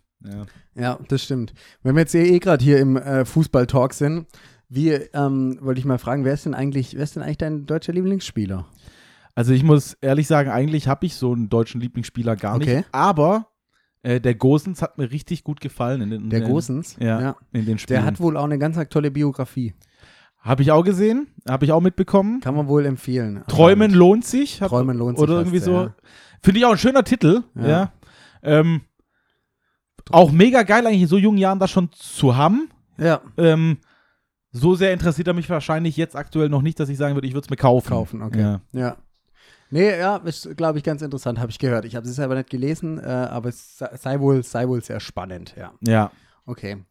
Speaker 3: Ja, das stimmt. Wenn wir jetzt eh, eh gerade hier im äh, Fußball-Talk sind, wie ähm, wollte ich mal fragen, wer ist denn eigentlich, wer ist denn eigentlich dein deutscher Lieblingsspieler?
Speaker 2: Also ich muss ehrlich sagen, eigentlich habe ich so einen deutschen Lieblingsspieler gar
Speaker 3: Okay.
Speaker 2: nicht. Aber äh, der Gosens hat mir richtig gut gefallen. In den,
Speaker 3: Der
Speaker 2: in,
Speaker 3: Gosens?
Speaker 2: Ja, in den Spielen.
Speaker 3: Der hat wohl auch eine ganz tolle Biografie.
Speaker 2: Habe ich auch gesehen, habe ich auch mitbekommen.
Speaker 3: Kann man wohl empfehlen. Also
Speaker 2: Träumen lohnt sich. hab-
Speaker 3: Träumen lohnt sich
Speaker 2: Oder irgendwie
Speaker 3: heißt
Speaker 2: so.
Speaker 3: der,
Speaker 2: Finde ich auch ein schöner Titel.
Speaker 3: Ja.
Speaker 2: Ja. Ähm, auch mega geil, eigentlich in so jungen Jahren das schon zu haben.
Speaker 3: Ja, ja
Speaker 2: Ähm, so sehr interessiert er mich wahrscheinlich jetzt aktuell noch nicht, dass ich sagen würde, ich würde es mir kaufen.
Speaker 3: kaufen, okay.
Speaker 2: Ja.
Speaker 3: Ja. Nee, ja, ist, glaube ich, ganz interessant, habe ich gehört. Ich habe es selber nicht gelesen, äh, aber es sei- sei wohl, sei wohl sehr spannend, ja.
Speaker 2: Ja.
Speaker 3: Okay.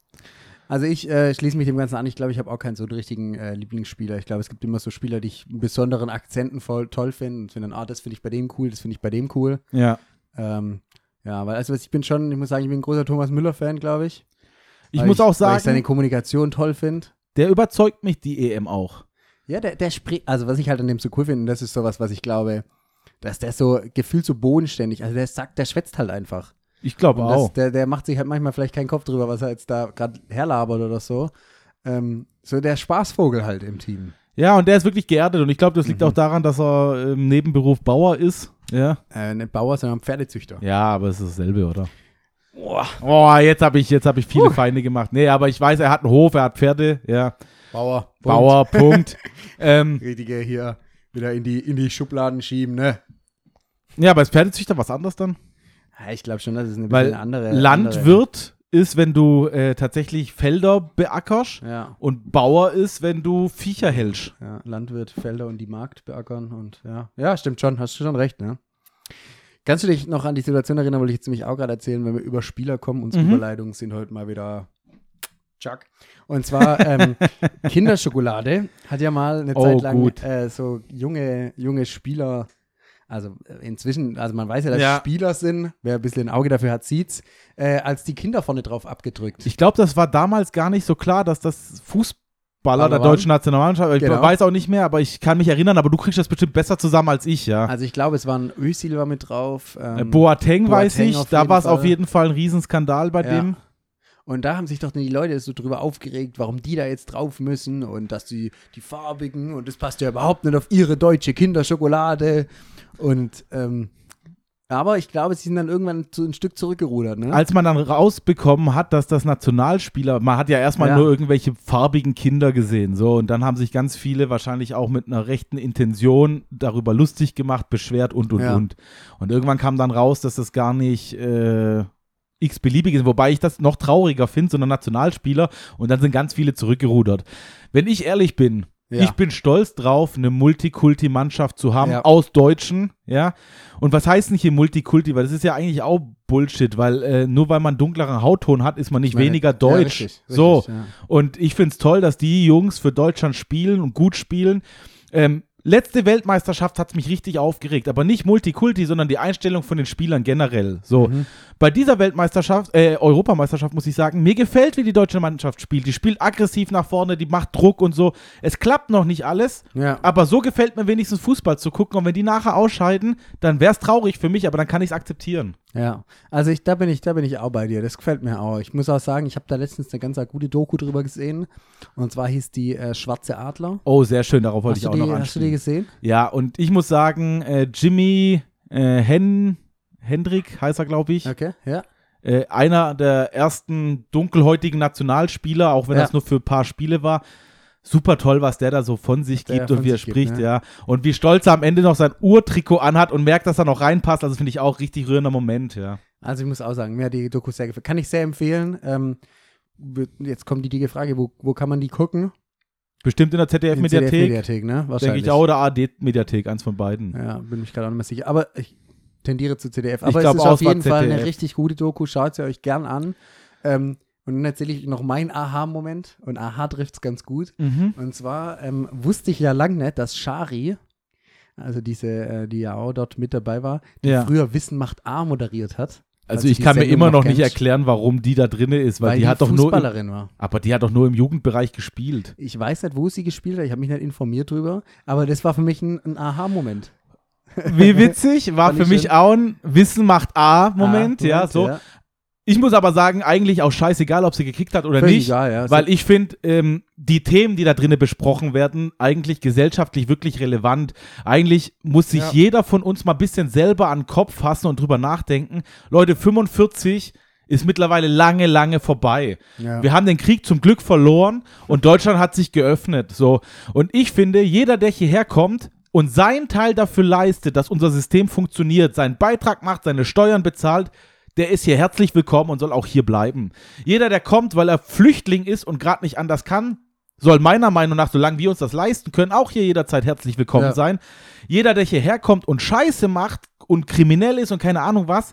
Speaker 3: Also ich äh, schließe mich dem Ganzen an. Ich glaube, ich habe auch keinen so einen richtigen äh, Lieblingsspieler. Ich glaube, es gibt immer so Spieler, die ich mit besonderen Akzenten voll toll finde und finde dann, ah, das finde ich bei dem cool, das finde ich bei dem cool.
Speaker 2: ja.
Speaker 3: Ähm, ja, weil also ich bin schon, ich muss sagen, ich bin ein großer Thomas Müller-Fan, glaube ich.
Speaker 2: Ich
Speaker 3: Weil
Speaker 2: muss auch
Speaker 3: Weil ich seine
Speaker 2: sagen,
Speaker 3: Kommunikation toll finde.
Speaker 2: der überzeugt mich die EM auch.
Speaker 3: Ja, der, der spricht, also was ich halt an dem so cool finde, und das ist sowas, was ich glaube, dass der so gefühlt so bodenständig, also der sagt, der schwätzt halt einfach.
Speaker 2: Ich glaube
Speaker 3: Und das-
Speaker 2: auch.
Speaker 3: der, der macht sich halt manchmal vielleicht keinen Kopf drüber, was er jetzt da gerade herlabert oder so. Ähm, so der Spaßvogel halt im Team.
Speaker 2: Ja, und der ist wirklich geerdet und ich glaube, das liegt auch daran, dass er im Nebenberuf Bauer ist. Ja.
Speaker 3: Äh, nicht Bauer, sondern Pferdezüchter.
Speaker 2: Ja, aber es ist dasselbe, oder? Oh, jetzt habe ich, jetzt hab ich viele Feinde gemacht. Nee, aber ich weiß, er hat einen Hof, er hat Pferde, ja.
Speaker 3: Bauer. Punkt.
Speaker 2: Bauer, Punkt. ähm,
Speaker 3: Richtige hier wieder in die, in die Schubladen schieben, ne?
Speaker 2: ja, aber ist Pferdezüchter was anderes dann?
Speaker 3: Ja, ich glaube schon, das ist eine
Speaker 2: Weil
Speaker 3: bisschen andere.
Speaker 2: Landwirt ist, wenn du äh, tatsächlich Felder beackerst
Speaker 3: Andere. Ja.
Speaker 2: und Bauer ist, wenn du Viecher hältst.
Speaker 3: Ja, Landwirt, Felder und die Markt beackern und ja. Ja, stimmt schon, hast du schon recht, ne? Kannst du dich noch an die Situation erinnern, wollte ich jetzt nämlich auch gerade erzählen, wenn wir über Spieler kommen, unsere
Speaker 2: Mhm.
Speaker 3: Überleitungen sind heute mal wieder Chuck. Und zwar
Speaker 2: <laughs>
Speaker 3: ähm, Kinderschokolade hat ja mal eine
Speaker 2: Oh,
Speaker 3: Zeit lang
Speaker 2: gut.
Speaker 3: äh, so junge, junge Spieler, also äh, inzwischen, also man weiß ja, dass
Speaker 2: Ja.
Speaker 3: Spieler sind, wer ein bisschen ein Auge dafür hat, sieht's, äh, als die Kinder vorne drauf abgedrückt.
Speaker 2: Ich glaube, das war damals gar nicht so klar, dass das Fußballer der
Speaker 3: Baller waren.
Speaker 2: deutschen Nationalmannschaft, ich
Speaker 3: Genau.
Speaker 2: weiß auch nicht mehr, aber ich kann mich erinnern, aber du kriegst das bestimmt besser zusammen als ich, ja.
Speaker 3: also ich glaube, es waren Özil war mit drauf.
Speaker 2: Äh,
Speaker 3: Ähm,
Speaker 2: Boateng, weiß
Speaker 3: Boateng
Speaker 2: ich,
Speaker 3: auf
Speaker 2: da
Speaker 3: jeden
Speaker 2: war es auf
Speaker 3: Fall.
Speaker 2: jeden Fall ein Riesenskandal bei
Speaker 3: Ja.
Speaker 2: dem.
Speaker 3: Und da haben sich doch die Leute so drüber aufgeregt, warum die da jetzt drauf müssen und dass die, die farbigen und das passt ja überhaupt nicht auf ihre deutsche Kinderschokolade. Und ähm, aber ich glaube, sie sind dann irgendwann zu, ein Stück zurückgerudert, ne?
Speaker 2: Als man dann rausbekommen hat, dass das Nationalspieler, man hat ja erstmal
Speaker 3: Ja.
Speaker 2: nur irgendwelche farbigen Kinder gesehen, so und dann haben sich ganz viele wahrscheinlich auch mit einer rechten Intention darüber lustig gemacht, beschwert und und
Speaker 3: Ja.
Speaker 2: und. Und irgendwann kam dann raus, dass das gar nicht äh, x-beliebig ist, wobei ich das noch trauriger finde, so ein Nationalspieler und dann sind ganz viele zurückgerudert. Wenn ich ehrlich bin,
Speaker 3: Ja.
Speaker 2: ich bin stolz drauf, eine Multikulti-Mannschaft zu haben
Speaker 3: Ja.
Speaker 2: aus Deutschen, ja. Und was heißt nicht hier Multikulti? Weil das ist ja eigentlich auch Bullshit, weil äh, nur weil man dunkleren Hautton hat, ist man nicht
Speaker 3: Ich meine,
Speaker 2: weniger
Speaker 3: ja,
Speaker 2: deutsch.
Speaker 3: richtig, richtig,
Speaker 2: so.
Speaker 3: ja.
Speaker 2: Und ich finde es toll, dass die Jungs für Deutschland spielen und gut spielen. Ähm, letzte Weltmeisterschaft hat es mich richtig aufgeregt, aber nicht Multikulti, sondern die Einstellung von den Spielern generell. So, bei dieser Weltmeisterschaft, äh, Europameisterschaft muss ich sagen, mir gefällt, wie die deutsche Mannschaft spielt. Die spielt aggressiv nach vorne, die macht Druck und so. Es klappt noch nicht alles,
Speaker 3: Ja.
Speaker 2: aber so gefällt mir wenigstens Fußball zu gucken. Und wenn die nachher ausscheiden, dann wäre es traurig für mich, aber dann kann ich es akzeptieren.
Speaker 3: Ja, also ich, da bin ich, da bin ich auch bei dir. Das gefällt mir auch. Ich muss auch sagen, ich habe da letztens eine ganz gute Doku drüber gesehen. Und zwar hieß die äh, Schwarze Adler.
Speaker 2: Oh, sehr schön, darauf wollte ich
Speaker 3: hast, du
Speaker 2: auch
Speaker 3: die,
Speaker 2: noch
Speaker 3: hast du die
Speaker 2: ansprechen.
Speaker 3: gesehen?
Speaker 2: Ja, und ich muss sagen, äh, Jimmy äh, Hen Hendrik heißt er, glaube ich.
Speaker 3: Okay, ja.
Speaker 2: Äh, einer der ersten dunkelhäutigen Nationalspieler, auch wenn
Speaker 3: Ja.
Speaker 2: das nur für ein paar Spiele war. Super toll, was der da so von sich
Speaker 3: Der
Speaker 2: gibt
Speaker 3: von
Speaker 2: und wie er
Speaker 3: sich gibt,
Speaker 2: spricht,
Speaker 3: ne?
Speaker 2: ja. Und wie stolz er am Ende noch sein Urtrikot anhat und merkt, dass er noch reinpasst. Also finde ich auch richtig rührender Moment, ja.
Speaker 3: Also ich muss auch sagen, mir hat die Doku sehr gefallen. Kann ich sehr empfehlen. Ähm, wird- jetzt kommt die dicke Frage, wo, wo kann man die gucken?
Speaker 2: Bestimmt in der ZDF-Mediathek,
Speaker 3: ZDF-Mediathek, ne?
Speaker 2: denke
Speaker 3: Wahrscheinlich.
Speaker 2: ich auch, oder ARD-Mediathek, eins von beiden.
Speaker 3: Ja, bin mich gerade auch nicht mehr sicher. Aber ich tendiere zu ZDF. Aber es
Speaker 2: glaub
Speaker 3: ist
Speaker 2: auch,
Speaker 3: auf
Speaker 2: es war
Speaker 3: jeden Fall eine
Speaker 2: ZDF.
Speaker 3: richtig gute Doku. Schaut sie euch gern an. Ähm, Und dann erzähle ich noch meinen Aha-Moment. Und Aha trifft's ganz gut.
Speaker 2: Mhm.
Speaker 3: Und zwar ähm, wusste ich ja lang nicht, dass Shari, also diese, äh, die ja auch dort mit dabei war, die
Speaker 2: Ja.
Speaker 3: früher Wissen macht A moderiert hat. falls
Speaker 2: Also
Speaker 3: du
Speaker 2: ich
Speaker 3: die
Speaker 2: kann mir
Speaker 3: Sendung
Speaker 2: immer noch nicht
Speaker 3: kennst,
Speaker 2: erklären, warum die da drin ist, weil,
Speaker 3: weil
Speaker 2: die, hat doch nur, im,
Speaker 3: Fußballerin war.
Speaker 2: aber die hat doch nur im Jugendbereich gespielt.
Speaker 3: Ich weiß nicht, wo sie gespielt hat, ich habe mich nicht informiert drüber, aber das war für mich ein, ein Aha-Moment.
Speaker 2: <laughs> Wie witzig, war
Speaker 3: Fand
Speaker 2: für
Speaker 3: ich
Speaker 2: mich
Speaker 3: schön. Ah,
Speaker 2: auch ein Wissen macht A Moment, ja,
Speaker 3: Moment,
Speaker 2: so.
Speaker 3: ja.
Speaker 2: Ich muss aber sagen, eigentlich auch scheißegal, ob sie gekickt hat oder
Speaker 3: Völlig
Speaker 2: nicht,
Speaker 3: egal, ja.
Speaker 2: weil ich finde, ähm, die Themen, die da drinnen besprochen werden, eigentlich gesellschaftlich wirklich relevant. Eigentlich muss sich
Speaker 3: Ja.
Speaker 2: jeder von uns mal ein bisschen selber an den Kopf fassen und drüber nachdenken. Leute, 45 ist mittlerweile lange, lange vorbei.
Speaker 3: ja.
Speaker 2: Wir haben den Krieg zum Glück verloren und Deutschland hat sich geöffnet. So. Und ich finde, jeder, der hierher kommt und seinen Teil dafür leistet, dass unser System funktioniert, seinen Beitrag macht, seine Steuern bezahlt, der ist hier herzlich willkommen und soll auch hier bleiben. Jeder, der kommt, weil er Flüchtling ist und gerade nicht anders kann, soll meiner Meinung nach, solange wir uns das leisten können, auch hier jederzeit herzlich willkommen
Speaker 3: Ja.
Speaker 2: sein. Jeder, der hierher kommt und Scheiße macht und kriminell ist und keine Ahnung was,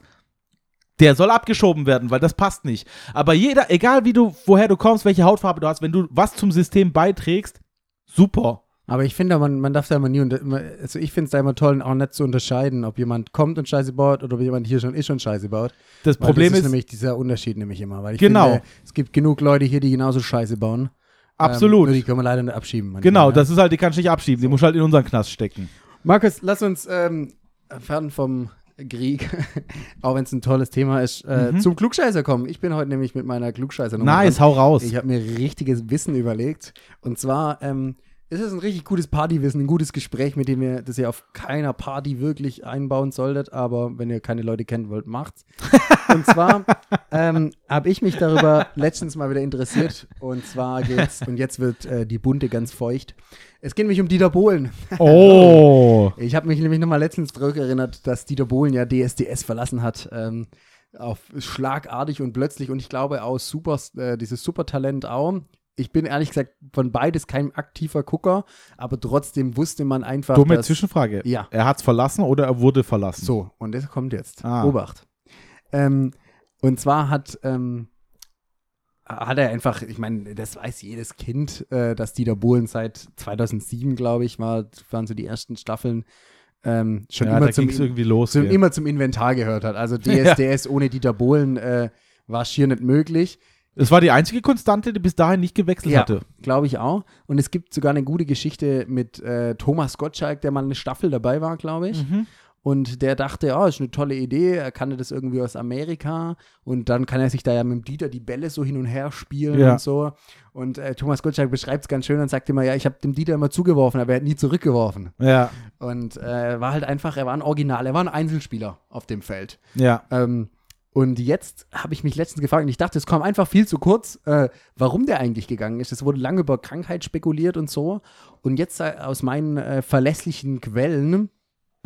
Speaker 2: der soll abgeschoben werden, weil das passt nicht. Aber jeder, egal wie du, woher du kommst, welche Hautfarbe du hast, wenn du was zum System beiträgst, super.
Speaker 3: Aber ich finde, man, man darf da immer nie, unter- immer- also ich finde es da immer toll, auch nicht zu unterscheiden, ob jemand kommt und Scheiße baut oder ob jemand hier schon ist und Scheiße baut.
Speaker 2: Das
Speaker 3: Weil
Speaker 2: Problem
Speaker 3: das ist,
Speaker 2: ist,
Speaker 3: nämlich dieser Unterschied nämlich immer, weil ich
Speaker 2: Genau.
Speaker 3: finde, es gibt genug Leute hier, die genauso Scheiße bauen.
Speaker 2: Absolut.
Speaker 3: Ähm, nur die können wir leider nicht abschieben. manchmal, ne?
Speaker 2: genau,
Speaker 3: ja.
Speaker 2: das ist halt, die kannst du nicht abschieben, die muss halt in unseren Knast stecken.
Speaker 3: Markus, lass uns ähm, fern vom Krieg, <laughs> auch wenn es ein tolles Thema ist, äh, zum Klugscheißer kommen. Ich bin heute nämlich mit meiner Klugscheißer
Speaker 2: Mhm. Nice, hau raus.
Speaker 3: Ich habe mir richtiges Wissen überlegt. Und zwar ähm, ist es ein richtig gutes Partywissen, ein gutes Gespräch, mit dem ihr das ihr auf keiner Party wirklich einbauen solltet. Aber wenn ihr keine Leute kennen wollt,
Speaker 2: <laughs>
Speaker 3: macht's. Und zwar ähm, habe ich mich darüber letztens mal wieder interessiert. Und zwar geht's, und jetzt wird äh, die Bunte ganz feucht. Es geht nämlich um Dieter Bohlen.
Speaker 2: Oh.
Speaker 3: Ich habe mich nämlich nochmal letztens zurückerinnert, dass Dieter Bohlen ja DSDS verlassen hat. Ähm, auf schlagartig und plötzlich und ich glaube auch super, äh, dieses Supertalent auch. Ich bin ehrlich gesagt von beides kein aktiver Gucker, aber trotzdem wusste man einfach.
Speaker 2: Dumme
Speaker 3: dass-
Speaker 2: Zwischenfrage.
Speaker 3: Ja.
Speaker 2: Er hat's verlassen oder er wurde verlassen?
Speaker 3: So, und das kommt jetzt.
Speaker 2: Ah.
Speaker 3: Obacht. Ähm, und zwar hat, ähm, hat er einfach, ich meine, das weiß jedes Kind, äh, dass Dieter Bohlen seit 2007, glaube ich, war, waren so die ersten Staffeln ähm, schon
Speaker 2: ja,
Speaker 3: immer
Speaker 2: da
Speaker 3: zum
Speaker 2: ging's irgendwie los.
Speaker 3: zum,
Speaker 2: gell.
Speaker 3: immer zum Inventar gehört
Speaker 2: <laughs>
Speaker 3: hat. Also DSDS ohne Dieter Bohlen äh, war schier nicht möglich.
Speaker 2: das war die einzige Konstante, die bis dahin nicht gewechselt hatte.
Speaker 3: glaube ich auch. Und es gibt sogar eine gute Geschichte mit äh, Thomas Gottschalk, der mal eine Staffel dabei war, glaube ich.
Speaker 2: Mhm.
Speaker 3: Und der dachte, oh, ist eine tolle Idee, er kannte das irgendwie aus Amerika und dann kann er sich da ja mit dem Dieter die Bälle so hin und her spielen
Speaker 2: Ja.
Speaker 3: und so. Und äh, Thomas Gottschalk beschreibt es ganz schön und sagt immer, ja, ich habe dem Dieter immer zugeworfen, aber er hat nie zurückgeworfen.
Speaker 2: Ja,
Speaker 3: Und äh, war halt einfach, er war ein Original, er war ein Einzelspieler auf dem Feld.
Speaker 2: ja.
Speaker 3: Ähm, und jetzt habe ich mich letztens gefragt und ich dachte, es kam einfach viel zu kurz, äh, warum der eigentlich gegangen ist. Es wurde lange über Krankheit spekuliert und so. Und jetzt äh, aus meinen äh, verlässlichen Quellen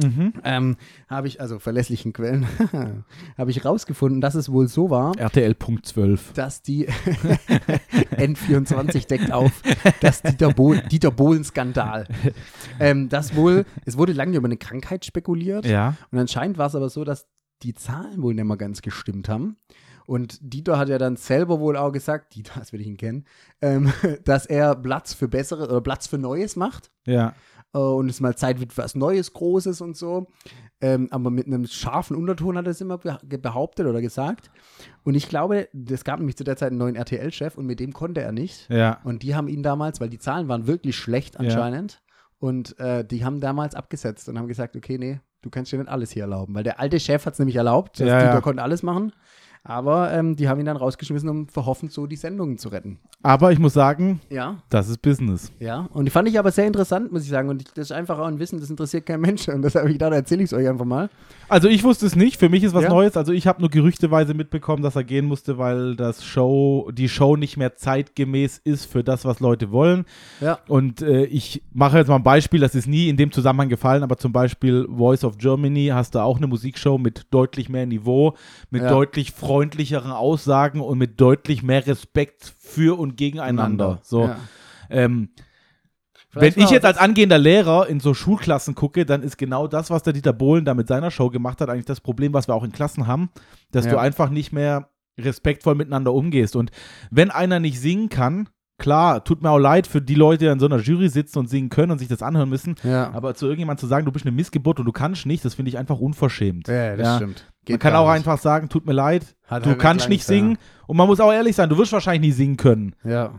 Speaker 2: Mhm.
Speaker 3: ähm, habe ich, also verlässlichen Quellen, <laughs> habe ich rausgefunden, dass es wohl so war,
Speaker 2: RTL.12.
Speaker 3: dass die <laughs> N24 deckt auf, dass Dieter, Bo Dieter Bohlen-Skandal. Ähm, das wohl, es wurde lange über eine Krankheit spekuliert.
Speaker 2: <laughs> Ja.
Speaker 3: Und anscheinend war es aber so, dass die Zahlen wohl nicht mal ganz gestimmt haben. Und Dieter hat ja dann selber wohl auch gesagt, <laughs> Dieter, das will ich ihn kennen, ähm, <laughs> dass er Platz für Besseres oder Platz für Neues macht.
Speaker 2: Ja.
Speaker 3: äh, Und es mal Zeit wird für was Neues, Großes und so. Ähm, aber mit einem scharfen Unterton hat er es immer beh- behauptet oder gesagt. Und ich glaube, es gab nämlich zu der Zeit einen neuen RTL-Chef und mit dem konnte er nicht.
Speaker 2: Ja.
Speaker 3: Und die haben ihn damals, weil die Zahlen waren wirklich schlecht anscheinend, und äh, die haben damals abgesetzt und haben gesagt, okay, nee, du kannst dir nicht alles hier erlauben, weil der alte Chef hat es nämlich erlaubt, dass
Speaker 2: Ja,
Speaker 3: Dieter
Speaker 2: ja.
Speaker 3: konnte alles machen, aber ähm, die haben ihn dann rausgeschmissen, um verhoffend so die Sendungen zu retten.
Speaker 2: Aber ich muss sagen,
Speaker 3: Ja,
Speaker 2: das ist Business.
Speaker 3: ja. Und die fand ich aber sehr interessant, muss ich sagen. Und ich, das ist einfach auch ein Wissen, das interessiert kein Mensch. Und deshalb habe ich gedacht, erzähle ich es euch einfach mal.
Speaker 2: Also ich wusste es nicht, für mich ist was
Speaker 3: Ja.
Speaker 2: Neues. Also ich habe nur gerüchteweise mitbekommen, dass er gehen musste, weil das Show, die Show nicht mehr zeitgemäß ist für das, was Leute wollen.
Speaker 3: Ja.
Speaker 2: Und äh, ich mache jetzt mal ein Beispiel, das ist nie in dem Zusammenhang gefallen, aber zum Beispiel Voice of Germany hast du auch eine Musikshow mit deutlich mehr Niveau, mit
Speaker 3: Ja.
Speaker 2: deutlich freundlicheren Aussagen und mit deutlich mehr Respekt für und gegeneinander. So.
Speaker 3: Ja.
Speaker 2: Ähm,
Speaker 3: Vielleicht
Speaker 2: Wenn ich
Speaker 3: mal-
Speaker 2: jetzt als angehender Lehrer in so Schulklassen gucke, dann ist genau das, was der Dieter Bohlen da mit seiner Show gemacht hat, eigentlich das Problem, was wir auch in Klassen haben, dass
Speaker 3: Ja.
Speaker 2: du einfach nicht mehr respektvoll miteinander umgehst. Und wenn einer nicht singen kann, klar, tut mir auch leid für die Leute, die in so einer Jury sitzen und singen können und sich das anhören müssen.
Speaker 3: Ja.
Speaker 2: Aber zu irgendjemandem zu sagen, du bist eine Missgeburt und du kannst nicht, das finde ich einfach unverschämt.
Speaker 3: ja, das
Speaker 2: Ja.
Speaker 3: stimmt.
Speaker 2: man kann auch einfach sagen, tut mir leid,
Speaker 3: Hat
Speaker 2: du
Speaker 3: halt
Speaker 2: kannst
Speaker 3: Klang,
Speaker 2: nicht
Speaker 3: ja.
Speaker 2: singen. Und man muss auch ehrlich sein, du wirst wahrscheinlich nicht singen können.
Speaker 3: Ja.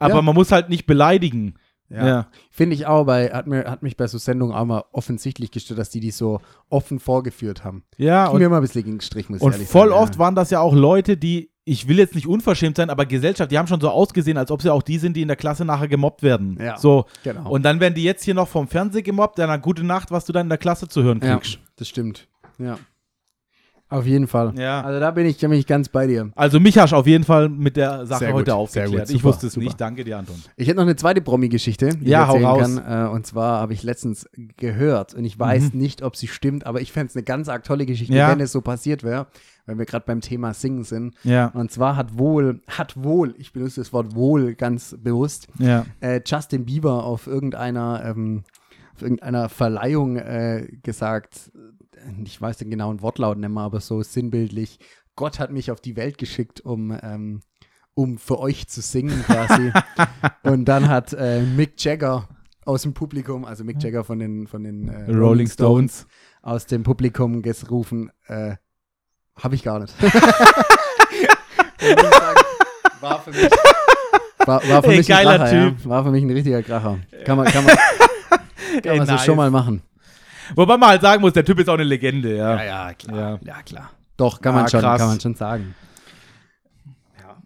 Speaker 2: Aber
Speaker 3: Ja.
Speaker 2: man muss halt nicht beleidigen.
Speaker 3: Ja. Finde ich auch, bei, hat, mir, hat mich bei so Sendungen auch mal offensichtlich gestört, dass die die so offen vorgeführt haben.
Speaker 2: Ja,
Speaker 3: Ging
Speaker 2: und
Speaker 3: mir mal ein bisschen gegen den Strich, muss ich
Speaker 2: Und
Speaker 3: ehrlich
Speaker 2: voll
Speaker 3: sagen,
Speaker 2: oft waren das ja auch Leute, die, ich will jetzt nicht unverschämt sein, aber Gesellschaft, die haben schon so ausgesehen, als ob sie auch die sind, die in der Klasse nachher gemobbt werden.
Speaker 3: Ja.
Speaker 2: So.
Speaker 3: ja. Genau.
Speaker 2: Und dann werden die jetzt hier noch vom Fernsehen gemobbt, dann eine gute Nacht, was du dann in der Klasse zu hören
Speaker 3: ja,
Speaker 2: kriegst.
Speaker 3: das stimmt. Ja. Auf jeden Fall.
Speaker 2: Ja.
Speaker 3: Also da bin ich, da bin ich ganz bei dir.
Speaker 2: Also mich hast du auf jeden Fall mit der Sache
Speaker 3: Sehr gut,
Speaker 2: heute
Speaker 3: sehr
Speaker 2: aufgeklärt.
Speaker 3: gut,
Speaker 2: ich
Speaker 3: super,
Speaker 2: wusste es
Speaker 3: super.
Speaker 2: nicht. Danke dir, Anton.
Speaker 3: Ich hätte noch eine zweite Promi-Geschichte, die
Speaker 2: Ja,
Speaker 3: ich
Speaker 2: hau
Speaker 3: erzählen
Speaker 2: raus. Mhm.
Speaker 3: kann. Äh, und zwar habe ich letztens gehört und ich weiß nicht, ob sie stimmt, aber ich fände es eine ganz arg tolle Geschichte,
Speaker 2: Ja.
Speaker 3: wenn es so passiert wäre, wenn wir gerade beim Thema Singen sind.
Speaker 2: Ja.
Speaker 3: Und zwar hat wohl, hat wohl, ich benutze das Wort wohl ganz bewusst,
Speaker 2: Ja.
Speaker 3: äh, Justin Bieber auf irgendeiner, ähm, auf irgendeiner Verleihung äh, gesagt, äh, ich weiß den genauen Wortlaut nicht mehr, aber so sinnbildlich, Gott hat mich auf die Welt geschickt, um, ähm, um für euch zu singen
Speaker 2: <laughs>
Speaker 3: quasi. Und dann hat äh, Mick Jagger aus dem Publikum, also Mick Jagger von den, von den äh,
Speaker 2: Rolling Stones.
Speaker 3: aus dem Publikum gerufen, äh, habe ich gar nicht. Und ich sag, war für mich, war, war für
Speaker 2: Ey,
Speaker 3: mich
Speaker 2: geiler
Speaker 3: ein Kracher,
Speaker 2: Typ.
Speaker 3: Ja. War für mich ein richtiger Kracher. Kann
Speaker 2: <laughs>
Speaker 3: man, kann man, kann
Speaker 2: Ey,
Speaker 3: man so
Speaker 2: nice.
Speaker 3: schon mal machen.
Speaker 2: Wobei man halt sagen muss, der Typ ist auch eine Legende. Ja.
Speaker 3: ja, klar.
Speaker 2: Ja.
Speaker 3: klar. Doch, kann man
Speaker 2: Ah,
Speaker 3: schon,
Speaker 2: krass.
Speaker 3: kann man schon sagen. Ja.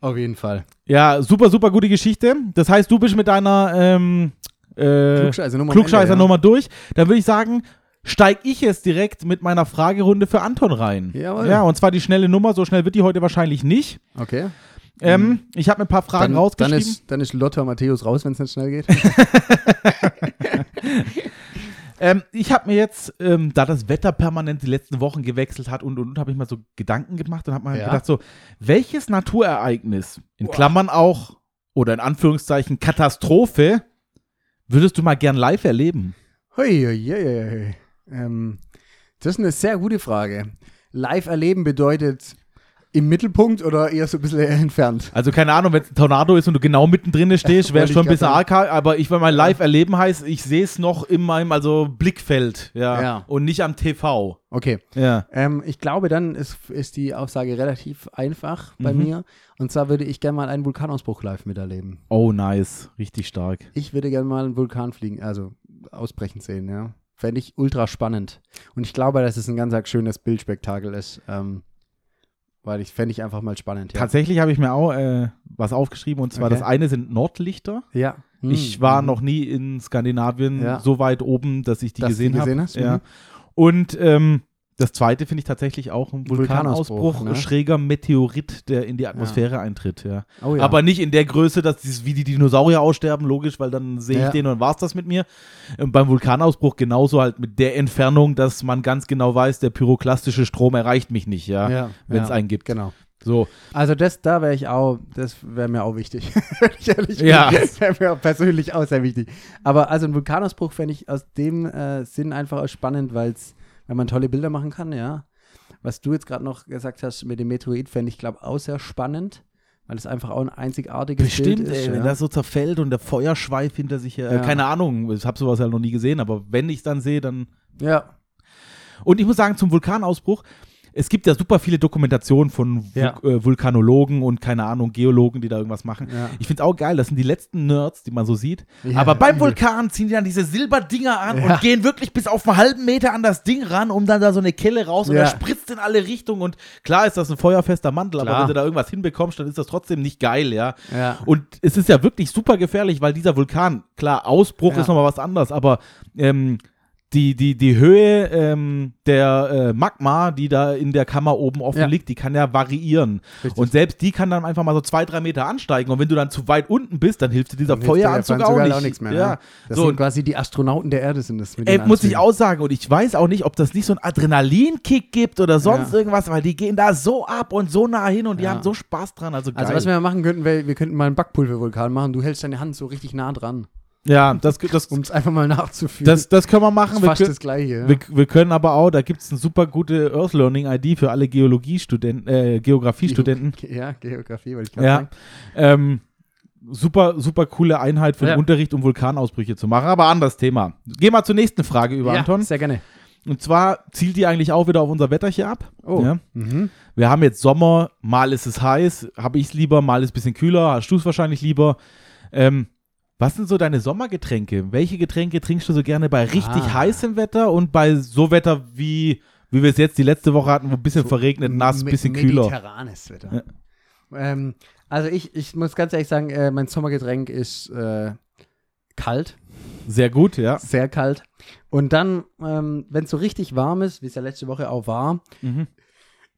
Speaker 3: Auf jeden Fall.
Speaker 2: Ja, super, super gute Geschichte. Das heißt, du bist mit deiner ähm, äh,
Speaker 3: Klugscheißer-Nummer am Ende, ja.
Speaker 2: Klugscheißer-Nummer durch. Dann würde ich sagen, steige ich jetzt direkt mit meiner Fragerunde für Anton rein.
Speaker 3: Jawohl.
Speaker 2: Ja, und zwar die schnelle Nummer. So schnell wird die heute wahrscheinlich nicht.
Speaker 3: Okay.
Speaker 2: Ähm, ich habe mir ein paar Fragen
Speaker 3: Mhm. Dann, dann,
Speaker 2: rausgeschrieben.
Speaker 3: ist, dann ist Lotta Matthäus raus, wenn es nicht
Speaker 2: <laughs>
Speaker 3: schnell geht.
Speaker 2: ähm, ich habe mir jetzt, ähm, da das Wetter permanent die letzten Wochen gewechselt hat und und und, habe ich mal so Gedanken gemacht und habe mal
Speaker 3: Ja.
Speaker 2: gedacht, so, welches Naturereignis, in Klammern auch, oder in Anführungszeichen Katastrophe, würdest du mal gern live erleben?
Speaker 3: Hui, hui, hui, hui. Ähm, das ist eine sehr gute Frage. Live erleben bedeutet im Mittelpunkt oder eher so ein bisschen entfernt?
Speaker 2: Also keine Ahnung, wenn es ein Tornado ist und du genau mittendrin
Speaker 3: <laughs>
Speaker 2: stehst, wäre
Speaker 3: Wollte
Speaker 2: schon ein
Speaker 3: ich
Speaker 2: bisschen
Speaker 3: grad
Speaker 2: arg, aber ich, wenn mein Live erleben heißt, ich sehe es noch in meinem, also Blickfeld, ja,
Speaker 3: Ja.
Speaker 2: und nicht am TV.
Speaker 3: Okay.
Speaker 2: Ja.
Speaker 3: Ähm, ich glaube, dann ist, ist die Aussage relativ einfach bei
Speaker 2: Mhm.
Speaker 3: mir. Und zwar würde ich gerne mal einen Vulkanausbruch live miterleben.
Speaker 2: Oh, nice, richtig stark.
Speaker 3: Ich würde gerne mal einen Vulkan fliegen, also ausbrechen sehen, ja. Fände ich ultra spannend. Und ich glaube, dass es ein ganz arg schönes Bildspektakel ist. Ähm, weil ich fände ich einfach mal spannend. Ja.
Speaker 2: Tatsächlich habe ich mir auch äh, was aufgeschrieben und zwar
Speaker 3: Okay.
Speaker 2: das eine sind Nordlichter.
Speaker 3: ja. Hm.
Speaker 2: Ich war
Speaker 3: Mhm.
Speaker 2: noch nie in Skandinavien
Speaker 3: Ja.
Speaker 2: so weit oben, dass ich die
Speaker 3: Dass du die
Speaker 2: gesehen
Speaker 3: gesehen
Speaker 2: habe.
Speaker 3: hast,
Speaker 2: Ja.
Speaker 3: mhm.
Speaker 2: Und ähm, das zweite finde ich tatsächlich auch ein Vulkanausbruch,
Speaker 3: Vulkanausbruch, ne?
Speaker 2: schräger Meteorit, der in die Atmosphäre eintritt. Ja.
Speaker 3: Oh, ja.
Speaker 2: Aber nicht in der Größe, dass dieses, wie die Dinosaurier aussterben, logisch, weil dann sehe ich
Speaker 3: Ja.
Speaker 2: den und war's das mit mir. Und beim Vulkanausbruch genauso halt mit der Entfernung, dass man ganz genau weiß, der pyroklastische Strom erreicht mich nicht, ja,
Speaker 3: Ja,
Speaker 2: wenn es
Speaker 3: ja.
Speaker 2: einen gibt.
Speaker 3: Genau.
Speaker 2: So,
Speaker 3: Also das, da wäre ich auch, das wäre mir auch wichtig. <laughs> Wenn ich ehrlich bin.
Speaker 2: Ja.
Speaker 3: Das wäre mir auch persönlich auch sehr wichtig. Aber also ein Vulkanausbruch fände ich aus dem äh, Sinn einfach auch spannend, weil's, weil man tolle Bilder machen kann, ja. Was du jetzt gerade noch gesagt hast mit dem Meteorit, fände ich, glaube auch sehr spannend, weil es einfach auch ein einzigartiges
Speaker 2: bestimmt,
Speaker 3: Bild ist.
Speaker 2: ey,
Speaker 3: ja.
Speaker 2: wenn das so zerfällt und der Feuerschweif hinter sich her, äh,
Speaker 3: Ja.
Speaker 2: keine Ahnung, ich habe sowas halt noch nie gesehen, aber wenn ich dann sehe, dann
Speaker 3: ja.
Speaker 2: Und ich muss sagen, zum Vulkanausbruch, es gibt ja super viele Dokumentationen von Vul
Speaker 3: Ja.
Speaker 2: äh, Vulkanologen und keine Ahnung, Geologen, die da irgendwas machen.
Speaker 3: Ja.
Speaker 2: Ich finde es auch geil, das sind die letzten Nerds, die man so sieht.
Speaker 3: Ja,
Speaker 2: Aber beim
Speaker 3: übel.
Speaker 2: Vulkan ziehen die dann diese Silberdinger an
Speaker 3: Ja.
Speaker 2: und gehen wirklich bis auf einen halben Meter an das Ding ran, um dann da so eine Kelle raus und
Speaker 3: Ja.
Speaker 2: da spritzt in alle Richtungen. Und klar ist das ein feuerfester Mantel, aber
Speaker 3: Klar.
Speaker 2: wenn du da irgendwas hinbekommst, dann ist das trotzdem nicht geil, ja.
Speaker 3: Ja.
Speaker 2: Und es ist ja wirklich super gefährlich, weil dieser Vulkan, klar, Ausbruch
Speaker 3: Ja.
Speaker 2: ist nochmal was anderes, aber ähm, die, die, die Höhe ähm, der äh, Magma, die da in der Kammer oben offen
Speaker 3: Ja.
Speaker 2: liegt, die kann ja variieren.
Speaker 3: Richtig.
Speaker 2: Und selbst die kann dann einfach mal so zwei, drei Meter ansteigen. Und wenn du dann zu weit unten bist, dann hilft dir dieser
Speaker 3: Dann hilft dir der
Speaker 2: Feueranzug
Speaker 3: Feueranzug
Speaker 2: auch
Speaker 3: halt
Speaker 2: nicht.
Speaker 3: auch nichts mehr,
Speaker 2: Ja.
Speaker 3: ne? Das
Speaker 2: So,
Speaker 3: sind quasi die Astronauten der Erde sind das mit
Speaker 2: Ey,
Speaker 3: den
Speaker 2: muss ich
Speaker 3: Anzügen.
Speaker 2: auch sagen, und ich weiß auch nicht, ob das nicht so ein Adrenalinkick gibt oder sonst
Speaker 3: Ja.
Speaker 2: irgendwas, weil die gehen da so ab und so nah hin und die
Speaker 3: Ja.
Speaker 2: haben so Spaß dran. Also, geil.
Speaker 3: Also was wir machen könnten, wäre, wir könnten mal einen Backpulvervulkan machen. Du hältst deine Hand so richtig nah dran.
Speaker 2: Ja, das, das,
Speaker 3: um es einfach mal nachzuführen.
Speaker 2: das, das können wir
Speaker 3: ist
Speaker 2: machen. Wir,
Speaker 3: fast
Speaker 2: kö-
Speaker 3: das Gleiche. ja.
Speaker 2: wir, wir können aber auch, da gibt es eine super gute Earth Learning ID für alle Geologiestudenten, äh, Geografiestudenten.
Speaker 3: Ge- <laughs> Ja, Geografie, wollte ich gerade
Speaker 2: Ja.
Speaker 3: sagen.
Speaker 2: Ähm, super, super coole Einheit für den
Speaker 3: Ja.
Speaker 2: Unterricht, um Vulkanausbrüche zu machen. Aber anderes Thema. Gehen wir zur nächsten Frage über,
Speaker 3: ja,
Speaker 2: Anton.
Speaker 3: sehr gerne.
Speaker 2: Und zwar zielt die eigentlich auch wieder auf unser Wetter hier ab.
Speaker 3: Oh.
Speaker 2: Ja.
Speaker 3: Mhm.
Speaker 2: Wir haben jetzt Sommer, mal ist es heiß, habe ich es lieber, mal ist es bisschen kühler, hast du es wahrscheinlich lieber. Ähm, was sind so deine Sommergetränke? Welche Getränke trinkst du so gerne bei richtig
Speaker 3: Ah.
Speaker 2: heißem Wetter und bei so Wetter wie, wie wir es jetzt die letzte Woche hatten, wo ein bisschen
Speaker 3: So
Speaker 2: verregnet, nass, ein
Speaker 3: Me-
Speaker 2: bisschen kühler?
Speaker 3: Mediterranes Wetter. Ähm, also ich, ich muss ganz ehrlich sagen, äh, mein Sommergetränk ist äh, kalt,
Speaker 2: Sehr gut, ja.
Speaker 3: sehr kalt. Und dann, ähm, wenn es so richtig warm ist, wie es ja letzte Woche auch war,
Speaker 2: Mhm.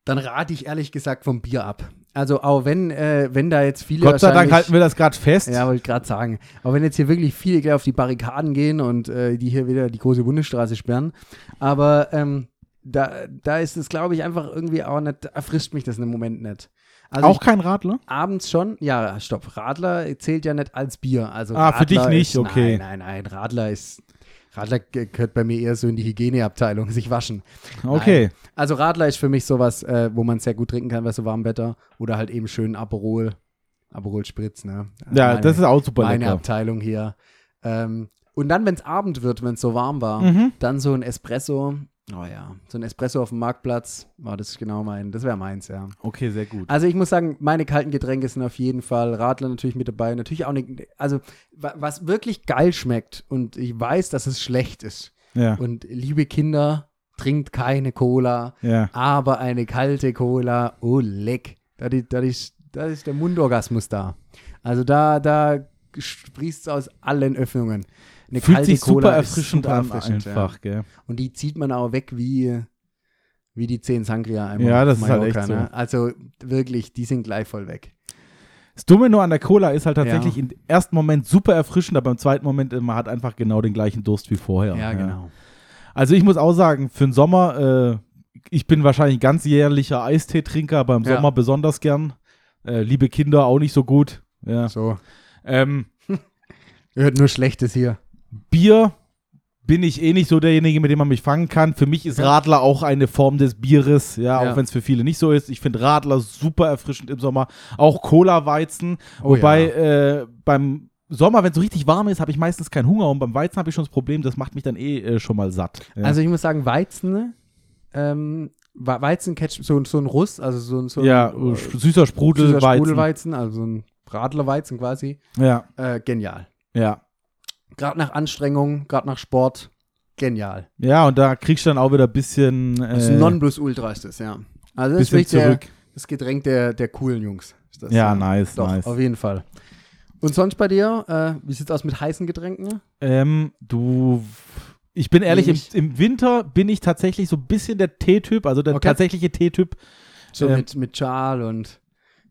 Speaker 3: dann rate ich ehrlich gesagt vom Bier ab. Also auch wenn, äh, wenn da jetzt viele
Speaker 2: Gott sei Dank
Speaker 3: wahrscheinlich-
Speaker 2: halten wir das gerade fest.
Speaker 3: Ja, wollte ich gerade sagen. Aber wenn jetzt hier wirklich viele gleich auf die Barrikaden gehen und äh, die hier wieder die große Bundesstraße sperren, aber ähm, da, da ist es, glaube ich, einfach irgendwie auch nicht, erfrischt mich das im Moment nicht. Also
Speaker 2: auch kein Radler?
Speaker 3: ich, abends schon, ja, stopp, Radler zählt ja nicht als Bier. Also
Speaker 2: Ah, für dich
Speaker 3: Radler
Speaker 2: nicht,
Speaker 3: ist,
Speaker 2: okay.
Speaker 3: Nein, nein, nein, Radler ist, Radler ge- gehört bei mir eher so in die Hygieneabteilung, sich waschen.
Speaker 2: Okay.
Speaker 3: Also Radler ist für mich sowas, äh, wo man sehr gut trinken kann bei so warmem Wetter oder halt eben schön Aperol, Aperol Spritz, ne?
Speaker 2: Ja,
Speaker 3: Meine-
Speaker 2: das ist auch super
Speaker 3: meine
Speaker 2: lecker.
Speaker 3: Abteilung hier. Ähm, und dann, wenn es Abend wird, wenn es so warm war,
Speaker 2: Mhm.
Speaker 3: dann so ein Espresso. Oh ja, so ein Espresso auf dem Marktplatz. War das ist genau mein, das wäre meins, ja.
Speaker 2: Okay, sehr gut.
Speaker 3: Also ich muss sagen, meine kalten Getränke sind auf jeden Fall Radler natürlich mit dabei. Natürlich auch nicht, also wa- was wirklich geil schmeckt und ich weiß, dass es schlecht ist.
Speaker 2: Ja,
Speaker 3: Und liebe Kinder, trinkt keine Cola,
Speaker 2: ja.
Speaker 3: aber eine kalte Cola, oh leck. Da ist, da ist, da ist der Mundorgasmus da. Also da, da sprießt es aus allen Öffnungen. Eine
Speaker 2: Fühlt
Speaker 3: kalte
Speaker 2: sich super
Speaker 3: Cola ist
Speaker 2: erfrischend
Speaker 3: super
Speaker 2: an
Speaker 3: erfrischend,
Speaker 2: einfach, gell?
Speaker 3: Ja. Und die zieht man auch weg wie, wie die 10 Sangria einmal.
Speaker 2: Ja, das
Speaker 3: auf
Speaker 2: ist halt
Speaker 3: Mallorca,
Speaker 2: echt so.
Speaker 3: ne? Also wirklich, die sind gleich voll weg.
Speaker 2: Das Dumme nur an der Cola ist halt tatsächlich
Speaker 3: Ja.
Speaker 2: im ersten Moment super erfrischend, aber im zweiten Moment, äh, man hat einfach genau den gleichen Durst wie vorher.
Speaker 3: genau.
Speaker 2: Also ich muss auch sagen, für den Sommer, äh, ich bin wahrscheinlich ein ganzjährlicher Eisteetrinker, aber im
Speaker 3: Ja.
Speaker 2: Sommer besonders gern. Äh, liebe Kinder auch nicht so gut. Ja.
Speaker 3: So.
Speaker 2: Ähm,
Speaker 3: Ihr hört nur Schlechtes hier.
Speaker 2: Bier bin ich eh nicht so derjenige, mit dem man mich fangen kann. Für mich ist
Speaker 3: Ja.
Speaker 2: Radler auch eine Form des Bieres, ja,
Speaker 3: Ja.
Speaker 2: auch wenn es für viele nicht so ist. Ich finde Radler super erfrischend im Sommer. Auch Cola-Weizen.
Speaker 3: Oh
Speaker 2: Wobei
Speaker 3: ja.
Speaker 2: äh, beim Sommer, wenn es so richtig warm ist, habe ich meistens keinen Hunger und beim Weizen habe ich schon das Problem, das macht mich dann eh äh, schon mal satt. Ja.
Speaker 3: Also ich muss sagen, Weizen, ähm, Wa- Weizenketchup, so, so ein Russ, also so, ein- so ein
Speaker 2: ja,
Speaker 3: äh,
Speaker 2: sch- süßer
Speaker 3: Süßer
Speaker 2: Sprudelweizen.
Speaker 3: Sprudelweizen, also so ein Radlerweizen quasi.
Speaker 2: Ja,
Speaker 3: Äh, genial.
Speaker 2: ja.
Speaker 3: Gerade nach Anstrengung, gerade nach Sport, genial.
Speaker 2: Ja, und da kriegst du dann auch wieder ein bisschen, äh,
Speaker 3: Das ist Nonplusultra ist das, ja. Also das ist
Speaker 2: bisschen
Speaker 3: wirklich der,
Speaker 2: zurück.
Speaker 3: das Getränk der, der coolen Jungs. Ist das, äh,
Speaker 2: Ja, nice,
Speaker 3: Doch,
Speaker 2: nice.
Speaker 3: auf jeden Fall. Und sonst bei dir, äh, wie sieht's aus mit heißen Getränken?
Speaker 2: Ähm, du, ich bin ehrlich, im,
Speaker 3: Wenig.
Speaker 2: im Winter bin ich tatsächlich so ein bisschen der Tee-Typ, also der
Speaker 3: Okay.
Speaker 2: tatsächliche Tee-Typ.
Speaker 3: So
Speaker 2: Ähm.
Speaker 3: mit, mit Schal und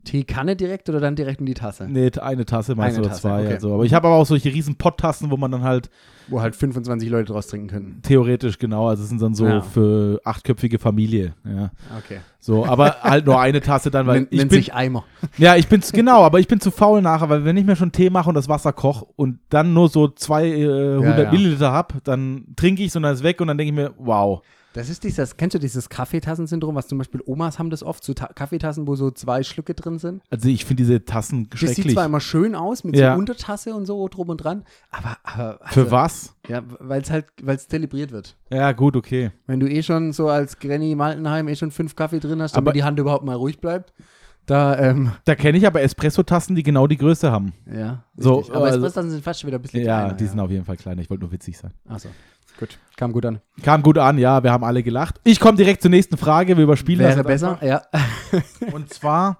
Speaker 3: Teekanne direkt oder dann direkt in die Tasse?
Speaker 2: Nee, eine Tasse meinst du,
Speaker 3: Eine
Speaker 2: oder
Speaker 3: Tasse,
Speaker 2: zwei.
Speaker 3: okay.
Speaker 2: Also. Aber ich habe aber auch solche riesen Potttassen, wo man dann halt
Speaker 3: Wo halt 25 Leute draus trinken können.
Speaker 2: theoretisch, genau, also es sind dann so
Speaker 3: Ja.
Speaker 2: für achtköpfige Familie, ja.
Speaker 3: Okay.
Speaker 2: So, aber
Speaker 3: <laughs>
Speaker 2: halt nur eine Tasse dann, weil
Speaker 3: Nen,
Speaker 2: ich
Speaker 3: nennt
Speaker 2: bin,
Speaker 3: sich Eimer.
Speaker 2: ja, ich bin genau, aber ich bin zu faul nachher, weil wenn ich mir schon Tee mache und das Wasser koche und dann nur so 200 äh, 100
Speaker 3: ja.
Speaker 2: Milliliter habe, dann trinke ich es und dann ist weg und dann denke ich mir, wow.
Speaker 3: Das ist dieses, kennst du dieses Kaffeetassensyndrom, was zum Beispiel Omas haben das oft, so Ta Kaffeetassen, wo so zwei Schlücke drin sind?
Speaker 2: Also ich finde diese Tassen
Speaker 3: Das sieht
Speaker 2: schrecklich.
Speaker 3: zwar immer schön aus mit
Speaker 2: Ja.
Speaker 3: so Untertasse und so drum und dran, aber, aber also,
Speaker 2: Für was?
Speaker 3: ja, weil es halt, weil es zelebriert wird.
Speaker 2: Ja, gut, okay.
Speaker 3: Wenn du eh schon so als Granny Maltenheim eh schon fünf Kaffee drin hast, damit
Speaker 2: Aber-
Speaker 3: die Hand überhaupt mal ruhig bleibt, da, ähm,
Speaker 2: Da kenne ich aber Espresso-Tassen, die genau die Größe haben.
Speaker 3: ja.
Speaker 2: So,
Speaker 3: richtig. aber
Speaker 2: also-
Speaker 3: Espresstassen sind fast schon wieder ein bisschen
Speaker 2: ja,
Speaker 3: kleiner.
Speaker 2: die sind auf jeden Fall kleiner. Ich wollte nur witzig sein.
Speaker 3: Achso, gut. Kam gut an.
Speaker 2: Kam gut an, ja, wir haben alle gelacht. Ich komme direkt zur nächsten Frage. Wir überspielen das
Speaker 3: Wäre
Speaker 2: jetzt
Speaker 3: besser, ja. <laughs>
Speaker 2: einfach. Und zwar,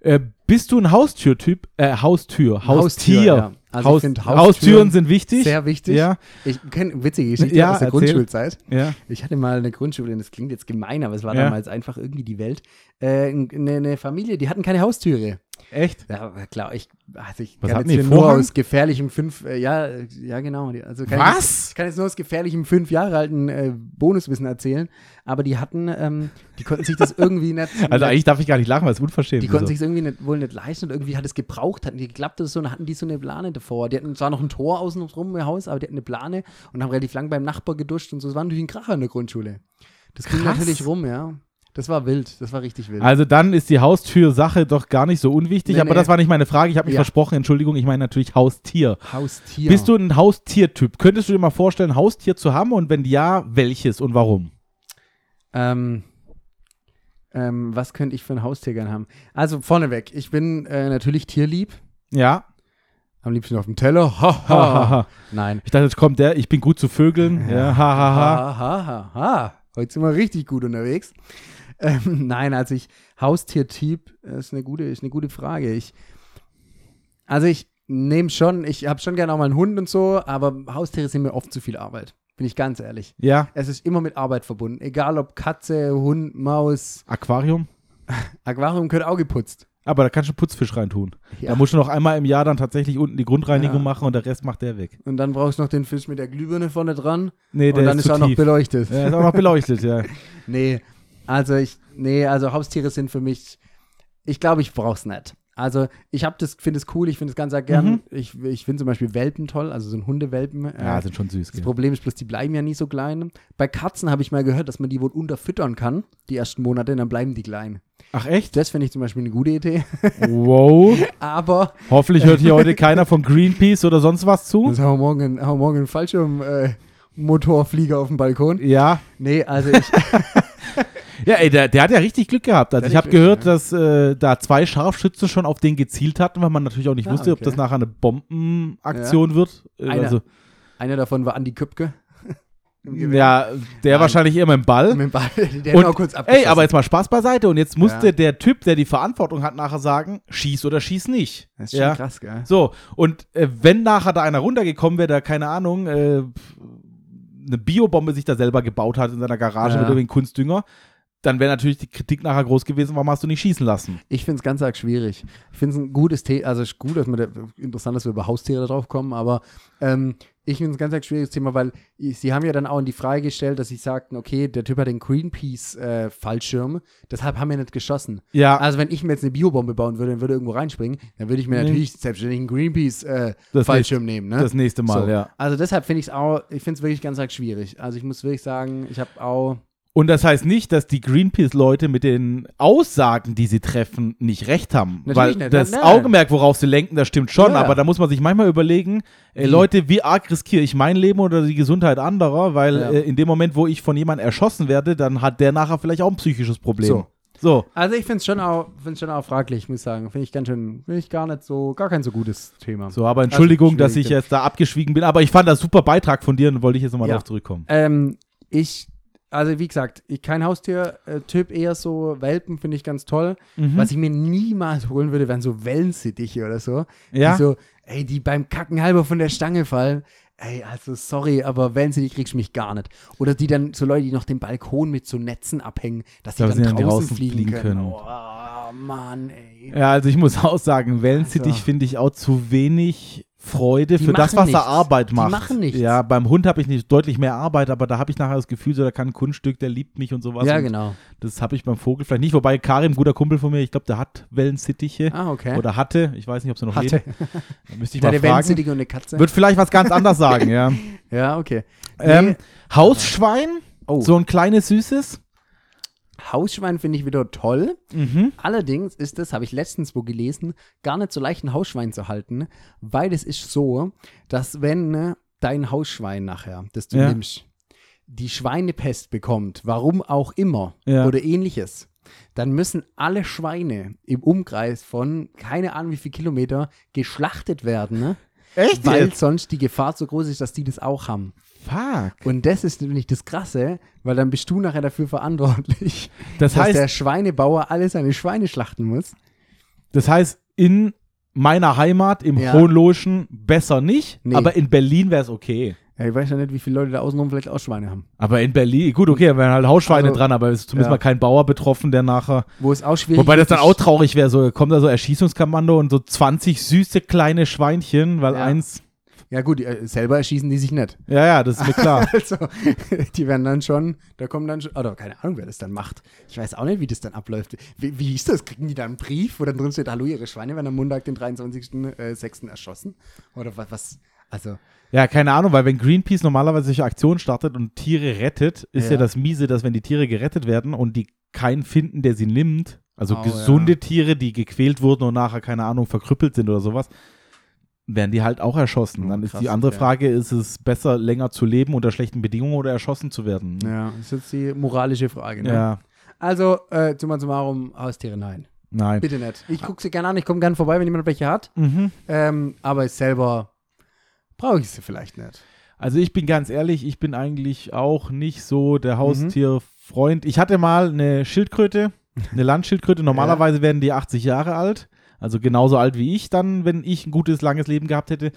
Speaker 2: äh, bist du ein Haustürtyp? Äh, Haustür, Haustier.
Speaker 3: ja. Also
Speaker 2: Haus-
Speaker 3: ich finde
Speaker 2: Haustüren sind wichtig.
Speaker 3: sehr wichtig.
Speaker 2: Ja,
Speaker 3: Ich kenne witzige Geschichte
Speaker 2: Ja,
Speaker 3: aus der
Speaker 2: erzähl.
Speaker 3: Grundschulzeit.
Speaker 2: ja.
Speaker 3: Ich hatte mal eine Grundschule, und das klingt jetzt gemein, aber es war
Speaker 2: Ja.
Speaker 3: damals einfach irgendwie die Welt. Äh, n- eine, eine Familie, die hatten keine Haustüre.
Speaker 2: Echt?
Speaker 3: Ja, aber klar, ich, also ich
Speaker 2: Was
Speaker 3: kann
Speaker 2: hatten
Speaker 3: jetzt
Speaker 2: die,
Speaker 3: hier nur
Speaker 2: Vorhang?
Speaker 3: aus gefährlichem fünf, äh, ja, äh, ja genau. die- Also kann Ich,
Speaker 2: Was?
Speaker 3: ich kann jetzt nur aus gefährlichem fünf Jahre alten äh, Bonuswissen erzählen, aber die hatten, ähm, die konnten sich das irgendwie nicht,
Speaker 2: Also
Speaker 3: nicht
Speaker 2: <laughs> eigentlich darf ich gar nicht lachen, weil es unverschämt
Speaker 3: die
Speaker 2: ist.
Speaker 3: konnten
Speaker 2: So.
Speaker 3: sich irgendwie nicht, wohl wohl nicht leisten und irgendwie hat es gebraucht, hat nicht geklappt oder so, und dann hatten die so eine Plane davor. Die hatten zwar noch ein Tor außenrum im Haus, aber die hatten eine Plane und haben relativ lang beim Nachbar geduscht und so. Es war natürlich ein Kracher in der Grundschule. Das ging
Speaker 2: Krass.
Speaker 3: natürlich rum, ja. Das war wild, das war richtig wild.
Speaker 2: Also dann ist die Haustürsache doch gar nicht so unwichtig,
Speaker 3: Nee,
Speaker 2: aber
Speaker 3: nee.
Speaker 2: das war nicht meine Frage. Ich habe mich
Speaker 3: Ja.
Speaker 2: versprochen, Entschuldigung, ich meine natürlich Haustier.
Speaker 3: Haustier.
Speaker 2: Bist du ein Haustiertyp? Könntest du dir mal vorstellen, ein Haustier zu haben und wenn ja, welches und warum?
Speaker 3: Ähm, ähm, was könnte ich für ein Haustier gern haben? Also vorneweg, ich bin äh, natürlich tierlieb.
Speaker 2: Ja.
Speaker 3: Am liebsten auf dem Teller.
Speaker 2: Ha, ha,
Speaker 3: Ha,
Speaker 2: <laughs>
Speaker 3: ha,
Speaker 2: ha.
Speaker 3: Nein.
Speaker 2: Ich dachte, jetzt kommt der, ich bin gut zu Vögeln. Ja, ha, ha, ha.
Speaker 3: Ha, ha, ha, ha. Heute sind wir richtig gut unterwegs. Ähm, <laughs> nein, also ich, Haustiertyp äh, ist eine gute, ist eine gute Frage. Ich, also ich nehme schon, ich habe schon gerne auch mal einen Hund und so, aber Haustiere sind mir oft zu viel Arbeit. Bin ich ganz ehrlich.
Speaker 2: Ja.
Speaker 3: Es ist immer mit Arbeit verbunden. Egal ob Katze, Hund, Maus,
Speaker 2: Aquarium.
Speaker 3: Aquarium gehört auch geputzt.
Speaker 2: Aber da kannst du Putzfisch reintun.
Speaker 3: Ja.
Speaker 2: Da musst du noch einmal im Jahr dann tatsächlich unten die Grundreinigung
Speaker 3: Ja.
Speaker 2: machen und der Rest macht der weg.
Speaker 3: Und dann brauchst du noch den Fisch mit der Glühbirne vorne dran.
Speaker 2: Nee, der
Speaker 3: und dann
Speaker 2: ist,
Speaker 3: ist,
Speaker 2: zu
Speaker 3: er auch
Speaker 2: <laughs>
Speaker 3: noch
Speaker 2: tief.
Speaker 3: beleuchtet.
Speaker 2: Ja, ist auch noch beleuchtet, ja.
Speaker 3: Nee, also ich, nee, also Haustiere sind für mich, ich glaube, ich brauch's nicht. Also ich habe das, finde es cool, ich finde es ganz arg gern.
Speaker 2: Mhm.
Speaker 3: Ich, ich finde zum Beispiel Welpen toll, also so ein Hundewelpen. äh,
Speaker 2: Ja, sind schon süß.
Speaker 3: das
Speaker 2: gell.
Speaker 3: Problem ist bloß, die bleiben ja nie so klein. Bei Katzen habe ich mal gehört, dass man die wohl unterfüttern kann, die ersten Monate, und dann bleiben die klein.
Speaker 2: Ach echt?
Speaker 3: Das finde ich zum Beispiel eine gute Idee. <laughs>
Speaker 2: Wow.
Speaker 3: Aber
Speaker 2: Hoffentlich hört <laughs> hier heute keiner von Greenpeace oder sonst was zu.
Speaker 3: dann haben wir morgen, einen- haben wir morgen einen Fallschirmmotorflieger äh, Motorflieger auf dem Balkon.
Speaker 2: Ja.
Speaker 3: Nee,
Speaker 2: <laughs>
Speaker 3: also ich,
Speaker 2: Ja, ey, der, der hat ja richtig Glück gehabt. Also
Speaker 3: Der
Speaker 2: ich
Speaker 3: hat
Speaker 2: habe
Speaker 3: Glück,
Speaker 2: gehört,
Speaker 3: ja.
Speaker 2: dass äh, da zwei Scharfschützen schon auf den gezielt hatten, weil man natürlich auch nicht
Speaker 3: Ah,
Speaker 2: wusste, ob
Speaker 3: okay.
Speaker 2: das nachher eine Bombenaktion wird. Äh,
Speaker 3: Einer.
Speaker 2: Also,
Speaker 3: einer davon war Andi Köpke. Im Gewehr.
Speaker 2: ja, der
Speaker 3: Nein.
Speaker 2: wahrscheinlich immer im Ball.
Speaker 3: Mit dem Ball, der
Speaker 2: Und-
Speaker 3: hat auch kurz abgeschossen.
Speaker 2: Ey, aber jetzt mal Spaß beiseite. Und jetzt musste
Speaker 3: Ja.
Speaker 2: der Typ, der die Verantwortung hat, nachher sagen, schieß oder schieß nicht.
Speaker 3: das ist schon
Speaker 2: ja.
Speaker 3: krass, gell?
Speaker 2: So, und äh, wenn nachher da einer runtergekommen wäre, der, keine Ahnung, äh, eine Biobombe sich da selber gebaut hat in seiner Garage
Speaker 3: Ja.
Speaker 2: mit irgendeinem Kunstdünger, dann wäre natürlich die Kritik nachher groß gewesen, warum hast du nicht schießen lassen?
Speaker 3: Ich finde es ganz arg schwierig. Ich finde es ein gutes Thema, also ist gut, dass wir da, interessant, dass wir über Haustiere da drauf kommen, aber ähm, ich finde es ein ganz arg schwieriges Thema, weil i- sie haben ja dann auch in die Frage gestellt, dass sie sagten, okay, der Typ hat den Greenpeace-Fallschirm, deshalb haben wir nicht geschossen.
Speaker 2: Ja,
Speaker 3: Also wenn ich mir jetzt eine Biobombe bauen würde und würde irgendwo reinspringen, dann würde ich mir
Speaker 2: Nee.
Speaker 3: natürlich selbstständig einen Greenpeace-Fallschirm äh,
Speaker 2: Das
Speaker 3: Fallschirm nehmen. Ne?
Speaker 2: das nächste Mal,
Speaker 3: So.
Speaker 2: ja.
Speaker 3: Also deshalb finde ich es auch, ich finde es wirklich ganz arg schwierig. Also ich muss wirklich sagen, ich habe auch
Speaker 2: Und das heißt nicht, dass die Greenpeace-Leute mit den Aussagen, die sie treffen, nicht recht haben.
Speaker 3: Natürlich
Speaker 2: Weil
Speaker 3: nicht,
Speaker 2: das
Speaker 3: nein, nein.
Speaker 2: Augenmerk, worauf sie lenken, das stimmt schon.
Speaker 3: Ja.
Speaker 2: Aber da muss man sich manchmal überlegen, äh,
Speaker 3: Wie?
Speaker 2: Leute, wie arg riskiere ich mein Leben oder die Gesundheit anderer? Weil
Speaker 3: Ja.
Speaker 2: äh, in dem Moment, wo ich von jemandem erschossen werde, dann hat der nachher vielleicht auch ein psychisches Problem.
Speaker 3: So.
Speaker 2: so.
Speaker 3: Also ich finde es schon, auch- find's schon auch fraglich, muss ich sagen. Finde ich ganz schön, finde ich gar nicht so, gar kein so gutes Thema.
Speaker 2: So, aber Entschuldigung,
Speaker 3: schwierig,
Speaker 2: dass ich
Speaker 3: ja.
Speaker 2: jetzt da abgeschwiegen bin, aber ich fand das super Beitrag von dir und wollte ich jetzt nochmal
Speaker 3: Ja.
Speaker 2: darauf zurückkommen.
Speaker 3: Ähm, ich, also wie gesagt, ich kein Haustier-Typ, eher so Welpen finde ich ganz toll.
Speaker 2: Mhm.
Speaker 3: Was ich mir niemals holen würde, wären so Wellensittiche oder so.
Speaker 2: ja?
Speaker 3: Die so, ey, die beim Kacken halber von der Stange fallen. Ey, also sorry, aber Wellensittich kriegst du mich gar nicht. Oder die dann, so Leute, die noch den Balkon mit so Netzen abhängen, dass die
Speaker 2: Dass
Speaker 3: dann
Speaker 2: sie dann
Speaker 3: draußen,
Speaker 2: draußen
Speaker 3: fliegen,
Speaker 2: fliegen
Speaker 3: können.
Speaker 2: können.
Speaker 3: Oh, Mann, ey.
Speaker 2: Ja, also ich muss auch sagen, Wellensittich
Speaker 3: Also.
Speaker 2: finde ich auch zu wenig Freude
Speaker 3: Die
Speaker 2: für das,
Speaker 3: machen
Speaker 2: was er
Speaker 3: nichts.
Speaker 2: Arbeit
Speaker 3: Die
Speaker 2: macht.
Speaker 3: machen nichts.
Speaker 2: Ja, beim Hund habe ich nicht deutlich mehr Arbeit, aber da habe ich nachher das Gefühl, so, da kann ein Kunststück, der liebt mich und sowas.
Speaker 3: ja,
Speaker 2: und
Speaker 3: genau.
Speaker 2: Das habe ich beim Vogel vielleicht nicht. Wobei Karim, guter Kumpel von mir, ich glaube, der hat Wellensittiche
Speaker 3: Ah, okay.
Speaker 2: oder hatte. Ich weiß nicht, ob sie noch
Speaker 3: Hatte.
Speaker 2: leben. Da müsste ich
Speaker 3: Da
Speaker 2: mal
Speaker 3: der
Speaker 2: fragen.
Speaker 3: Wellensittige und eine Katze.
Speaker 2: Wird vielleicht was ganz anderes sagen,
Speaker 3: <laughs>
Speaker 2: ja.
Speaker 3: Ja, okay.
Speaker 2: Ähm,
Speaker 3: Nee.
Speaker 2: Hausschwein,
Speaker 3: Oh.
Speaker 2: so ein kleines Süßes.
Speaker 3: Hausschwein finde ich wieder toll.
Speaker 2: Mhm.
Speaker 3: Allerdings ist es, habe ich letztens wo gelesen, gar nicht so leicht, ein Hausschwein zu halten, weil es ist so, dass wenn ne, dein Hausschwein nachher, das du
Speaker 2: Ja.
Speaker 3: nimmst, die Schweinepest bekommt, warum auch immer,
Speaker 2: Ja.
Speaker 3: oder ähnliches, dann müssen alle Schweine im Umkreis von keine Ahnung wie viel Kilometer geschlachtet werden, ne?
Speaker 2: Echt?
Speaker 3: weil
Speaker 2: jetzt?
Speaker 3: sonst die Gefahr so groß ist, dass die das auch haben.
Speaker 2: Fuck.
Speaker 3: Und das ist nämlich das Krasse, weil dann bist du nachher dafür <laughs> verantwortlich,
Speaker 2: Das
Speaker 3: dass
Speaker 2: heißt,
Speaker 3: der Schweinebauer alle seine Schweine schlachten muss.
Speaker 2: Das heißt, in meiner Heimat, im
Speaker 3: Ja.
Speaker 2: Hohenloischen, besser nicht,
Speaker 3: Nee.
Speaker 2: aber in Berlin wäre es okay.
Speaker 3: Ja, ich weiß ja nicht, wie viele Leute da außenrum vielleicht auch Schweine haben.
Speaker 2: Aber in Berlin, gut, okay, da wären halt Hausschweine
Speaker 3: Also,
Speaker 2: dran, aber es ist zumindest
Speaker 3: ja.
Speaker 2: mal kein Bauer betroffen, der nachher.
Speaker 3: Wo es auch schwierig
Speaker 2: Wobei das
Speaker 3: ist.
Speaker 2: dann auch traurig wäre, so kommt da so Erschießungskommando und so 20 süße kleine Schweinchen, weil
Speaker 3: Ja.
Speaker 2: eins
Speaker 3: Ja, gut, die, äh, selber erschießen die sich nicht.
Speaker 2: Ja, ja, das ist mir klar.
Speaker 3: <laughs> Also, <laughs> die werden dann schon, da kommen dann schon, oder keine Ahnung, wer das dann macht. Ich weiß auch nicht, wie das dann abläuft. Wie, wie ist das? Kriegen die dann einen Brief, wo dann drin steht, hallo, ihre Schweine werden am Montag, den 23.06. erschossen? Oder was, was? Also,
Speaker 2: ja, keine Ahnung, weil wenn Greenpeace normalerweise solche Aktionen startet und Tiere rettet, ist ja,
Speaker 3: Ja.
Speaker 2: das Miese, dass wenn die Tiere gerettet werden und die keinen finden, der sie nimmt, also
Speaker 3: Oh,
Speaker 2: gesunde Tiere, die gequält wurden und nachher, keine Ahnung, verkrüppelt sind oder sowas, werden die halt auch erschossen.
Speaker 3: Oh,
Speaker 2: Dann ist
Speaker 3: krass,
Speaker 2: die andere
Speaker 3: ja.
Speaker 2: Frage, ist es besser, länger zu leben unter schlechten Bedingungen oder erschossen zu werden?
Speaker 3: ja, das ist jetzt die moralische Frage. Ne?
Speaker 2: Ja,
Speaker 3: Also, äh, zum summarum, Haustiere nein.
Speaker 2: nein.
Speaker 3: Bitte nicht. Ich gucke sie gerne an, ich komme gerne vorbei, wenn jemand welche hat.
Speaker 2: Mhm.
Speaker 3: Ähm, aber selber brauche ich sie vielleicht nicht.
Speaker 2: Also ich bin ganz ehrlich, ich bin eigentlich auch nicht so der Haustierfreund. Ich hatte mal eine Schildkröte,
Speaker 3: <laughs>
Speaker 2: eine Landschildkröte. Normalerweise werden die 80 Jahre alt, also genauso alt wie ich dann, wenn ich ein gutes, langes Leben gehabt hätte.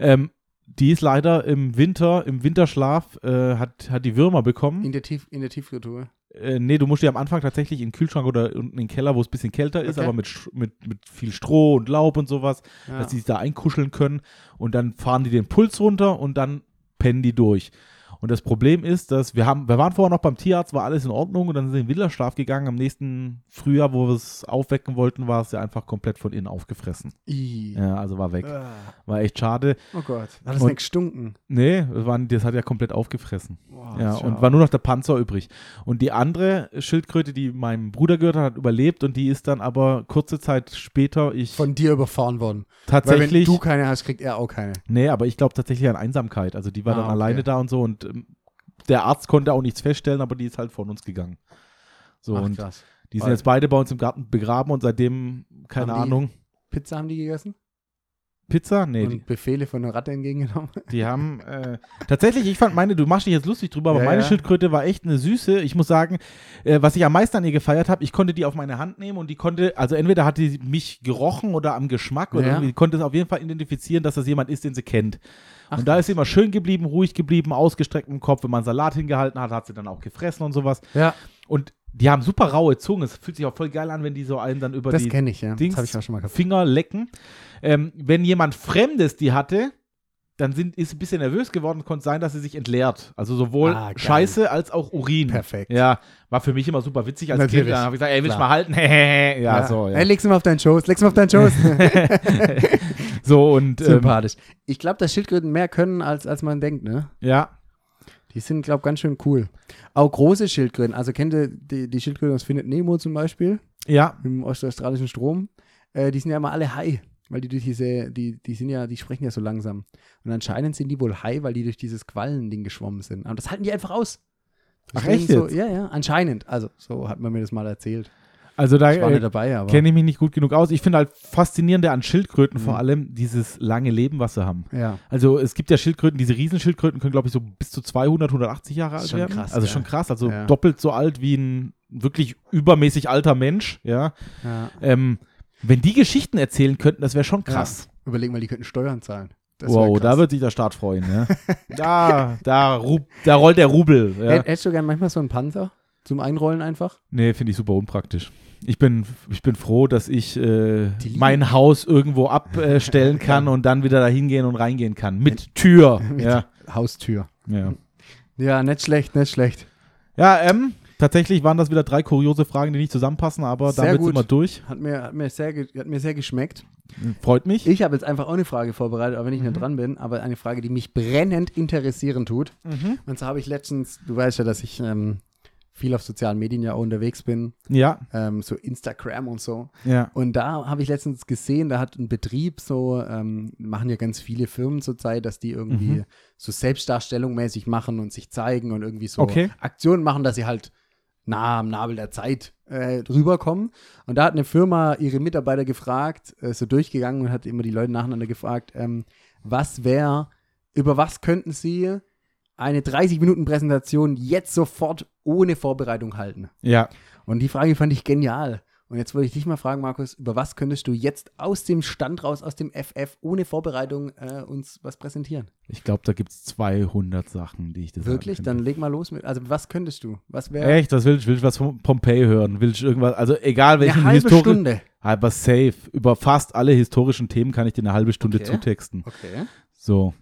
Speaker 2: Ähm, die ist leider im Winter, im Winterschlaf, äh, hat, hat die Würmer bekommen.
Speaker 3: In der, Tief in der Tiefkultur.
Speaker 2: Äh, nee, du musst die am Anfang tatsächlich in den Kühlschrank oder unten in den Keller, wo es ein bisschen kälter ist,
Speaker 3: Okay.
Speaker 2: aber mit, Sch- mit, mit viel Stroh und Laub und sowas
Speaker 3: Ja.
Speaker 2: dass die sich da einkuscheln können und dann fahren die den Puls runter und dann pennen die durch. Und das Problem ist, dass wir haben, wir waren vorher noch beim Tierarzt, war alles in Ordnung und dann sind sie in den Winterschlaf gegangen. Am nächsten Frühjahr, wo wir es aufwecken wollten, war es ja einfach komplett von innen aufgefressen.
Speaker 3: I.
Speaker 2: Ja, also war weg.
Speaker 3: Ah.
Speaker 2: War echt schade.
Speaker 3: Oh Gott, hat das
Speaker 2: Und-
Speaker 3: nicht gestunken?
Speaker 2: Nee, das, waren, das hat ja komplett aufgefressen.
Speaker 3: Boah,
Speaker 2: ja,
Speaker 3: das ist
Speaker 2: und
Speaker 3: auch-
Speaker 2: war nur noch der Panzer übrig. Und die andere Schildkröte, die meinem Bruder gehört hat, hat überlebt und die ist dann aber kurze Zeit später, ich
Speaker 3: von dir überfahren worden. Weil wenn
Speaker 2: tatsächlich.
Speaker 3: du keine hast, kriegt er auch keine.
Speaker 2: Nee, aber ich glaube tatsächlich an Einsamkeit. Also die war
Speaker 3: Ah,
Speaker 2: dann
Speaker 3: okay.
Speaker 2: alleine da und so und ähm, der Arzt konnte auch nichts feststellen, aber die ist halt von uns gegangen. So und
Speaker 3: krass.
Speaker 2: die sind
Speaker 3: Weil-
Speaker 2: jetzt beide bei uns im Garten begraben und seitdem keine
Speaker 3: Haben die-
Speaker 2: Ahnung.
Speaker 3: Pizza haben die gegessen
Speaker 2: Pizza? Nee, die,
Speaker 3: und Befehle von einer Ratte entgegengenommen.
Speaker 2: die haben äh, tatsächlich, ich fand meine, du machst dich jetzt lustig drüber, aber
Speaker 3: Ja,
Speaker 2: meine
Speaker 3: ja.
Speaker 2: Schildkröte war echt eine süße. Ich muss sagen, äh, was ich am meisten an ihr gefeiert habe, ich konnte die auf meine Hand nehmen und die konnte, also entweder hat die mich gerochen oder am Geschmack oder
Speaker 3: Ja.
Speaker 2: irgendwie, die konnte es auf jeden Fall identifizieren, dass das jemand ist, den sie kennt.
Speaker 3: Ach,
Speaker 2: und da ist sie immer schön geblieben, ruhig geblieben, ausgestreckt im Kopf. Wenn man Salat hingehalten hat, hat sie dann auch gefressen und sowas.
Speaker 3: <laughs> Ja,
Speaker 2: Und die haben super raue Zungen. Es fühlt sich auch voll geil an, wenn die so einen dann über
Speaker 3: das
Speaker 2: die
Speaker 3: kenne ich, ja.
Speaker 2: Dings-
Speaker 3: das habe ich auch schon mal gehabt.
Speaker 2: Finger lecken. Ähm, wenn jemand Fremdes die hatte, dann sind, ist sie ein bisschen nervös geworden. Konnte sein, dass sie sich entleert. Also sowohl
Speaker 3: Ah, geil.
Speaker 2: Scheiße als auch Urin.
Speaker 3: Perfekt.
Speaker 2: Ja, war für mich immer super witzig als
Speaker 3: Natürlich.
Speaker 2: Kind. Dann habe ich gesagt, ey, willst du
Speaker 3: Klar.
Speaker 2: mal halten? <laughs> ja,
Speaker 3: Ja.
Speaker 2: so. Ja.
Speaker 3: Ey, leg's ihm auf deinen Schoß, leg's ihm auf deinen Schoß.
Speaker 2: <laughs> so und ähm,
Speaker 3: Sympathisch. Ich glaube, dass Schildkröten mehr können, als, als man denkt, ne?
Speaker 2: ja,
Speaker 3: Die sind, glaube ich, ganz schön cool. Auch große Schildkröten. Also kennt ihr die, die Schildkröten aus Findet Nemo zum Beispiel,
Speaker 2: ja,
Speaker 3: im ostaustralischen Strom? Äh, die sind ja immer alle high, weil die durch diese, die, die sind ja, die sprechen ja so langsam. Und anscheinend sind die wohl high, weil die durch dieses Quallending geschwommen sind. Aber das halten die einfach aus.
Speaker 2: Ach,
Speaker 3: Deswegen
Speaker 2: echt
Speaker 3: so,
Speaker 2: jetzt?
Speaker 3: Ja, ja, anscheinend. Also, so hat man mir das mal erzählt.
Speaker 2: also da
Speaker 3: Ich war
Speaker 2: äh,
Speaker 3: nicht dabei, aber.
Speaker 2: kenne ich mich nicht gut genug aus. Ich finde halt faszinierende an Schildkröten vor
Speaker 3: Mhm.
Speaker 2: allem dieses lange Leben, was sie haben.
Speaker 3: Ja.
Speaker 2: Also es gibt ja Schildkröten, diese Riesenschildkröten können, glaube ich, so bis zu 200, 180 Jahre
Speaker 3: Ist
Speaker 2: alt
Speaker 3: schon
Speaker 2: werden.
Speaker 3: krass,
Speaker 2: also
Speaker 3: ja.
Speaker 2: schon krass, also
Speaker 3: Ja.
Speaker 2: doppelt so alt wie ein wirklich übermäßig alter Mensch, ja.
Speaker 3: ja.
Speaker 2: Ähm, wenn die Geschichten erzählen könnten, das wäre schon krass.
Speaker 3: Überleg mal, die könnten Steuern zahlen. Das wär
Speaker 2: wow, da
Speaker 3: krass.
Speaker 2: wird sich der Staat freuen,
Speaker 3: <laughs>
Speaker 2: ja. da, da, ru- da rollt der Rubel. Ja.
Speaker 3: Hätt- Hättest du gern manchmal so einen Panzer zum Einrollen einfach?
Speaker 2: Nee, finde ich super unpraktisch. Ich bin, ich bin froh, dass ich äh,
Speaker 3: Die liegen-
Speaker 2: mein Haus irgendwo
Speaker 3: <laughs>
Speaker 2: abstellen kann und dann wieder da hingehen und reingehen kann. Mit Tür.
Speaker 3: Mit
Speaker 2: ja,
Speaker 3: Haustür.
Speaker 2: ja.
Speaker 3: Ja, nicht schlecht, nicht schlecht.
Speaker 2: ja ähm, tatsächlich waren das wieder drei kuriose Fragen, die nicht zusammenpassen, aber
Speaker 3: Sehr
Speaker 2: damit
Speaker 3: gut.
Speaker 2: sind wir durch.
Speaker 3: Hat mir, hat mir, sehr, ge- hat mir sehr geschmeckt.
Speaker 2: Freut mich.
Speaker 3: Ich habe jetzt einfach auch eine Frage vorbereitet, auch wenn ich nicht dran bin, aber eine Frage, die mich brennend interessieren tut.
Speaker 2: Mhm.
Speaker 3: Und zwar habe ich letztens, du weißt ja, dass ich ähm, viel auf sozialen Medien ja auch unterwegs bin,
Speaker 2: Ja,
Speaker 3: ähm, so Instagram und so.
Speaker 2: ja.
Speaker 3: Und da habe ich letztens gesehen, da hat ein Betrieb so, ähm, machen ja ganz viele Firmen zurzeit, dass die irgendwie
Speaker 2: Mhm.
Speaker 3: so Selbstdarstellung mäßig machen und sich zeigen und irgendwie so
Speaker 2: Okay.
Speaker 3: Aktionen machen, dass sie halt nah am Nabel der Zeit äh, rüberkommen. Und da hat eine Firma ihre Mitarbeiter gefragt, äh, so durchgegangen und hat immer die Leute nacheinander gefragt, ähm, was wäre, über was könnten sie eine 30-Minuten-Präsentation jetzt sofort ohne Vorbereitung halten?
Speaker 2: Ja.
Speaker 3: Und die Frage fand ich genial. Und jetzt wollte ich dich mal fragen, Markus, über was könntest du jetzt aus dem Stand raus, aus dem FF, ohne Vorbereitung äh, uns was präsentieren?
Speaker 2: Ich glaube, da gibt es 200 Sachen, die ich das
Speaker 3: Wirklich?
Speaker 2: sagen
Speaker 3: Dann
Speaker 2: könnte.
Speaker 3: leg mal los mit. Also, was könntest du? Was wäre
Speaker 2: Echt, das will ich, will ich was von Pompeii hören. Will ich irgendwas, also egal
Speaker 3: eine
Speaker 2: welchen
Speaker 3: halbe
Speaker 2: historischen.
Speaker 3: Stunde?
Speaker 2: Aber safe. Über fast alle historischen Themen kann ich dir eine halbe Stunde
Speaker 3: Okay.
Speaker 2: zutexten.
Speaker 3: Okay.
Speaker 2: So.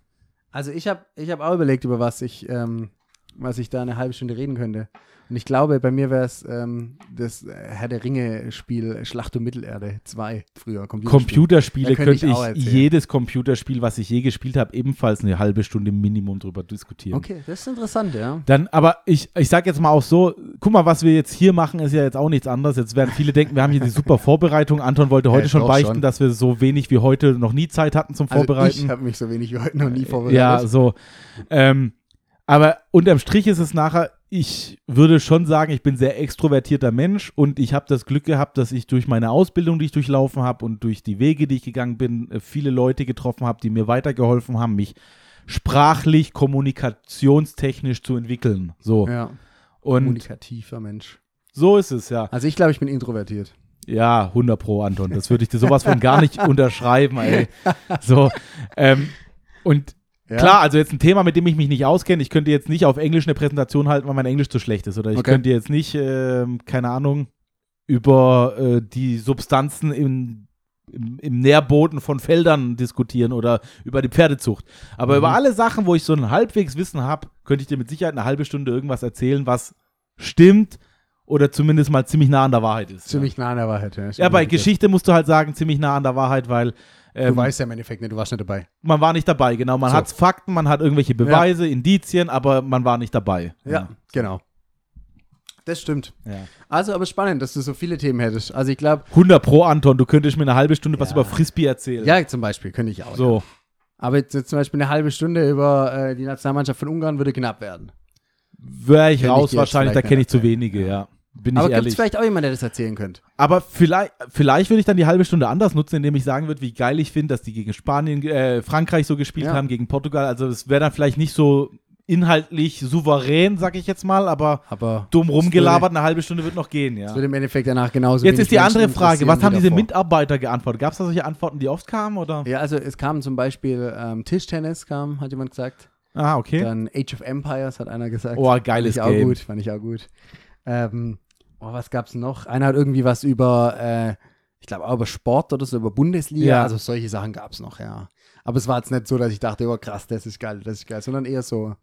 Speaker 3: Also ich habe ich hab auch überlegt, über was ich, ähm, was ich da eine halbe Stunde reden könnte. Und ich glaube, bei mir wäre es ähm, das äh, Herr der Ringe-Spiel Schlacht um Mittelerde 2 früher. Computerspiel.
Speaker 2: Computerspiele
Speaker 3: Da könnte
Speaker 2: könnte
Speaker 3: ich auch
Speaker 2: ich
Speaker 3: erzählen.
Speaker 2: jedes Computerspiel, was ich je gespielt habe, ebenfalls eine halbe Stunde Minimum drüber diskutieren.
Speaker 3: Okay, das ist interessant, ja. Also
Speaker 2: Dann, aber ich, ich sag jetzt mal auch so, guck mal, was wir jetzt hier machen, ist ja jetzt auch nichts anderes. Jetzt werden viele denken, wir haben hier die super Vorbereitung. Anton wollte heute
Speaker 3: Ja,
Speaker 2: schon
Speaker 3: doch
Speaker 2: beichten,
Speaker 3: schon.
Speaker 2: dass wir so wenig wie heute noch nie Zeit hatten zum Vorbereiten. Äh,
Speaker 3: Also ich habe mich so wenig wie heute noch nie vorbereitet.
Speaker 2: Ja, so. Ähm, aber unterm Strich ist es nachher, ich würde schon sagen, ich bin sehr extrovertierter Mensch und ich habe das Glück gehabt, dass ich durch meine Ausbildung, die ich durchlaufen habe und durch die Wege, die ich gegangen bin, äh, viele Leute getroffen habe, die mir weitergeholfen haben, mich sprachlich, kommunikationstechnisch zu entwickeln. So.
Speaker 3: ja.
Speaker 2: und
Speaker 3: Kommunikativer Mensch.
Speaker 2: so ist es, ja.
Speaker 3: Also ich glaube, ich bin introvertiert.
Speaker 2: Ja, 100 Pro, Anton. Das würde ich dir sowas von gar nicht unterschreiben, ey. So. Ähm, und
Speaker 3: Ja?
Speaker 2: Klar, also jetzt ein Thema, mit dem ich mich nicht auskenne. Ich könnte jetzt nicht auf Englisch eine Präsentation halten, weil mein Englisch zu schlecht ist. Oder ich
Speaker 3: Okay.
Speaker 2: könnte jetzt nicht, ähm, keine Ahnung, über äh, die Substanzen im, im, im Nährboden von Feldern diskutieren oder über die Pferdezucht. Aber
Speaker 3: Mhm.
Speaker 2: über alle Sachen, wo ich so ein halbwegs Wissen habe, könnte ich dir mit Sicherheit eine halbe Stunde irgendwas erzählen, was stimmt oder zumindest mal ziemlich nah an der Wahrheit ist.
Speaker 3: Ziemlich nah an der Wahrheit. Ja,
Speaker 2: ja, bei Geschichte musst du halt sagen, ziemlich nah an der Wahrheit, weil
Speaker 3: Du
Speaker 2: ähm,
Speaker 3: weißt ja im Endeffekt nicht, du warst nicht dabei.
Speaker 2: man war nicht dabei, genau. Man
Speaker 3: So.
Speaker 2: hat Fakten, man hat irgendwelche Beweise, Indizien, aber man war nicht dabei.
Speaker 3: genau. Das stimmt.
Speaker 2: Ja. Ja.
Speaker 3: Also, aber spannend, dass du so viele Themen hättest. Also, ich glaube,
Speaker 2: 100 pro Anton, du könntest mir eine halbe Stunde was
Speaker 3: Ja.
Speaker 2: über Frisbee erzählen.
Speaker 3: ja, zum Beispiel könnte ich auch.
Speaker 2: So,
Speaker 3: Aber jetzt, jetzt zum Beispiel eine halbe Stunde über äh, die Nationalmannschaft von Ungarn würde knapp werden.
Speaker 2: wäre ich
Speaker 3: Kenn ich
Speaker 2: raus
Speaker 3: jetzt
Speaker 2: wahrscheinlich, da
Speaker 3: vielleicht
Speaker 2: kenne ich
Speaker 3: nicht.
Speaker 2: zu wenige, ja. Bin
Speaker 3: aber
Speaker 2: ich
Speaker 3: gibt es
Speaker 2: ehrlich.
Speaker 3: vielleicht auch jemanden, der das erzählen könnte?
Speaker 2: Aber vielleicht, vielleicht würde ich dann die halbe Stunde anders nutzen, indem ich sagen würde, wie geil ich finde, dass die gegen Spanien, äh, Frankreich so gespielt
Speaker 3: Ja.
Speaker 2: haben, gegen Portugal. Also es wäre dann vielleicht nicht so inhaltlich souverän, sag ich jetzt mal, aber
Speaker 3: Aber
Speaker 2: dumm
Speaker 3: würde-
Speaker 2: rumgelabert, eine halbe Stunde wird noch gehen, ja.
Speaker 3: das würde im Endeffekt danach genauso
Speaker 2: Jetzt
Speaker 3: Also wenig
Speaker 2: ist die andere
Speaker 3: Menschen
Speaker 2: Frage, was
Speaker 3: interessieren
Speaker 2: haben
Speaker 3: wie
Speaker 2: diese
Speaker 3: davor.
Speaker 2: Mitarbeiter geantwortet? Gab es da solche Antworten, die oft kamen oder?
Speaker 3: Ja, also es kam zum Beispiel ähm, Tischtennis, kam, hat jemand gesagt.
Speaker 2: Ah, okay.
Speaker 3: Dann Age of Empires hat einer gesagt.
Speaker 2: Oh, geiles
Speaker 3: fand ich
Speaker 2: Game.
Speaker 3: Auch gut, fand ich auch gut. Ähm, oh, was gab's noch? Einer hat irgendwie was über, äh, ich glaube auch über Sport oder so, über Bundesliga.
Speaker 2: Ja.
Speaker 3: Also solche Sachen gab's noch, ja. Aber es war jetzt nicht so, dass ich dachte, oh krass, das ist geil, das ist geil, sondern eher so.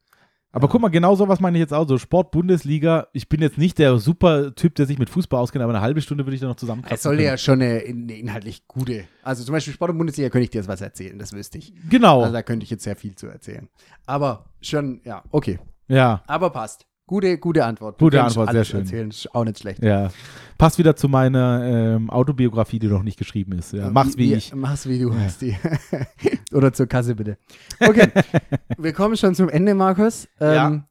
Speaker 2: Aber guck mal, genau sowas meine ich jetzt auch so. Sport, Bundesliga. Ich bin jetzt nicht der super Typ, der sich mit Fußball auskennt, aber eine halbe Stunde würde ich da noch zusammen.
Speaker 3: Es sollte ja schon eine, eine inhaltlich gute. Also zum Beispiel Sport und Bundesliga könnte ich dir jetzt was erzählen, das wüsste ich.
Speaker 2: Genau.
Speaker 3: Also da könnte ich jetzt sehr viel zu erzählen. Aber schon, ja, okay.
Speaker 2: ja,
Speaker 3: Aber passt. Gute, gute Antwort. Du
Speaker 2: Gute
Speaker 3: kannst
Speaker 2: Antwort,
Speaker 3: alles
Speaker 2: sehr schön.
Speaker 3: Erzählen. Ist auch nicht schlecht.
Speaker 2: ja. Passt wieder zu meiner ähm, Autobiografie, die noch nicht geschrieben ist. Ja, mach's wie
Speaker 3: Ja,
Speaker 2: ich.
Speaker 3: Mach's wie du hast die. <laughs> Oder zur Kasse bitte. Okay, wir kommen schon zum Ende, Markus. Ähm,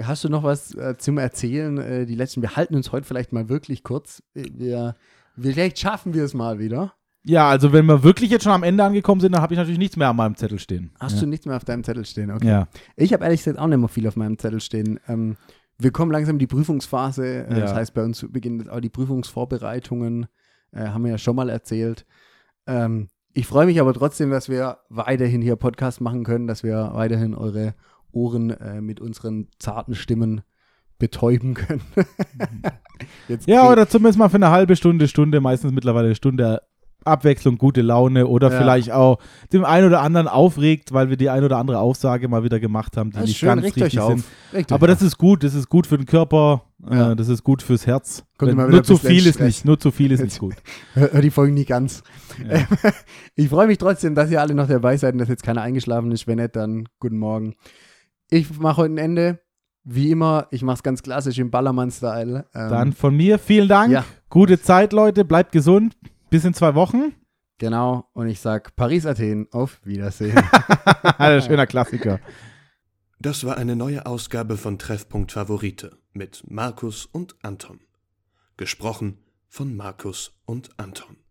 Speaker 3: Hast du noch was äh, zum Erzählen? Äh, die letzten, wir halten uns heute vielleicht mal wirklich kurz. Äh, Wir, vielleicht schaffen wir es mal wieder.
Speaker 2: Ja, also wenn wir wirklich jetzt schon am Ende angekommen sind, dann habe ich natürlich nichts mehr an meinem Zettel stehen.
Speaker 3: Hast du nichts mehr auf deinem Zettel stehen? Okay.
Speaker 2: ja.
Speaker 3: Ich habe ehrlich gesagt auch nicht mehr viel auf meinem Zettel stehen. Ähm, wir kommen langsam in die Prüfungsphase. Äh,
Speaker 2: Ja.
Speaker 3: Das heißt, bei uns beginnen jetzt auch die Prüfungsvorbereitungen. Äh, haben wir ja schon mal erzählt. Ähm, ich freue mich aber trotzdem, dass wir weiterhin hier Podcast machen können, dass wir weiterhin eure Ohren äh, mit unseren zarten Stimmen betäuben können. Mhm. <laughs> Jetzt
Speaker 2: Ja,
Speaker 3: krieg-
Speaker 2: oder zumindest mal für eine halbe Stunde, Stunde, meistens mittlerweile eine Stunde Abwechslung, gute Laune oder
Speaker 3: Ja.
Speaker 2: vielleicht auch dem einen oder anderen aufregt, weil wir die ein oder andere Aussage mal wieder gemacht haben, die
Speaker 3: das ist
Speaker 2: nicht
Speaker 3: schön,
Speaker 2: ganz
Speaker 3: regt
Speaker 2: richtig
Speaker 3: euch auf.
Speaker 2: sind.
Speaker 3: Regt euch
Speaker 2: Aber das
Speaker 3: auf.
Speaker 2: ist gut, das ist gut für den Körper,
Speaker 3: Ja.
Speaker 2: äh, das ist gut fürs Herz.
Speaker 3: Kommt immer
Speaker 2: Wenn,
Speaker 3: wieder
Speaker 2: nur
Speaker 3: ein
Speaker 2: zu
Speaker 3: bisschen
Speaker 2: viel ist
Speaker 3: Stress.
Speaker 2: nicht, nur zu viel ist
Speaker 3: <laughs>
Speaker 2: nicht gut.
Speaker 3: Hör, hör die Folgen nie ganz.
Speaker 2: Ja.
Speaker 3: <laughs> Ich freue mich trotzdem, dass ihr alle noch dabei seid und dass jetzt keiner eingeschlafen ist. Wenn nicht, dann guten Morgen. Ich mache heute ein Ende. Wie immer, ich mache es ganz klassisch im Ballermann-Style. Ähm,
Speaker 2: Dann von mir vielen Dank,
Speaker 3: Ja.
Speaker 2: gute Zeit Leute, bleibt gesund, bis in zwei
Speaker 3: <laughs>
Speaker 2: Wochen.
Speaker 3: Genau. Und ich sage Paris-Athen. Auf Wiedersehen. <laughs>
Speaker 2: Schöner Klassiker.
Speaker 1: Das war eine neue Ausgabe von Treffpunkt Favorite mit Markus und Anton. Gesprochen von Markus und Anton.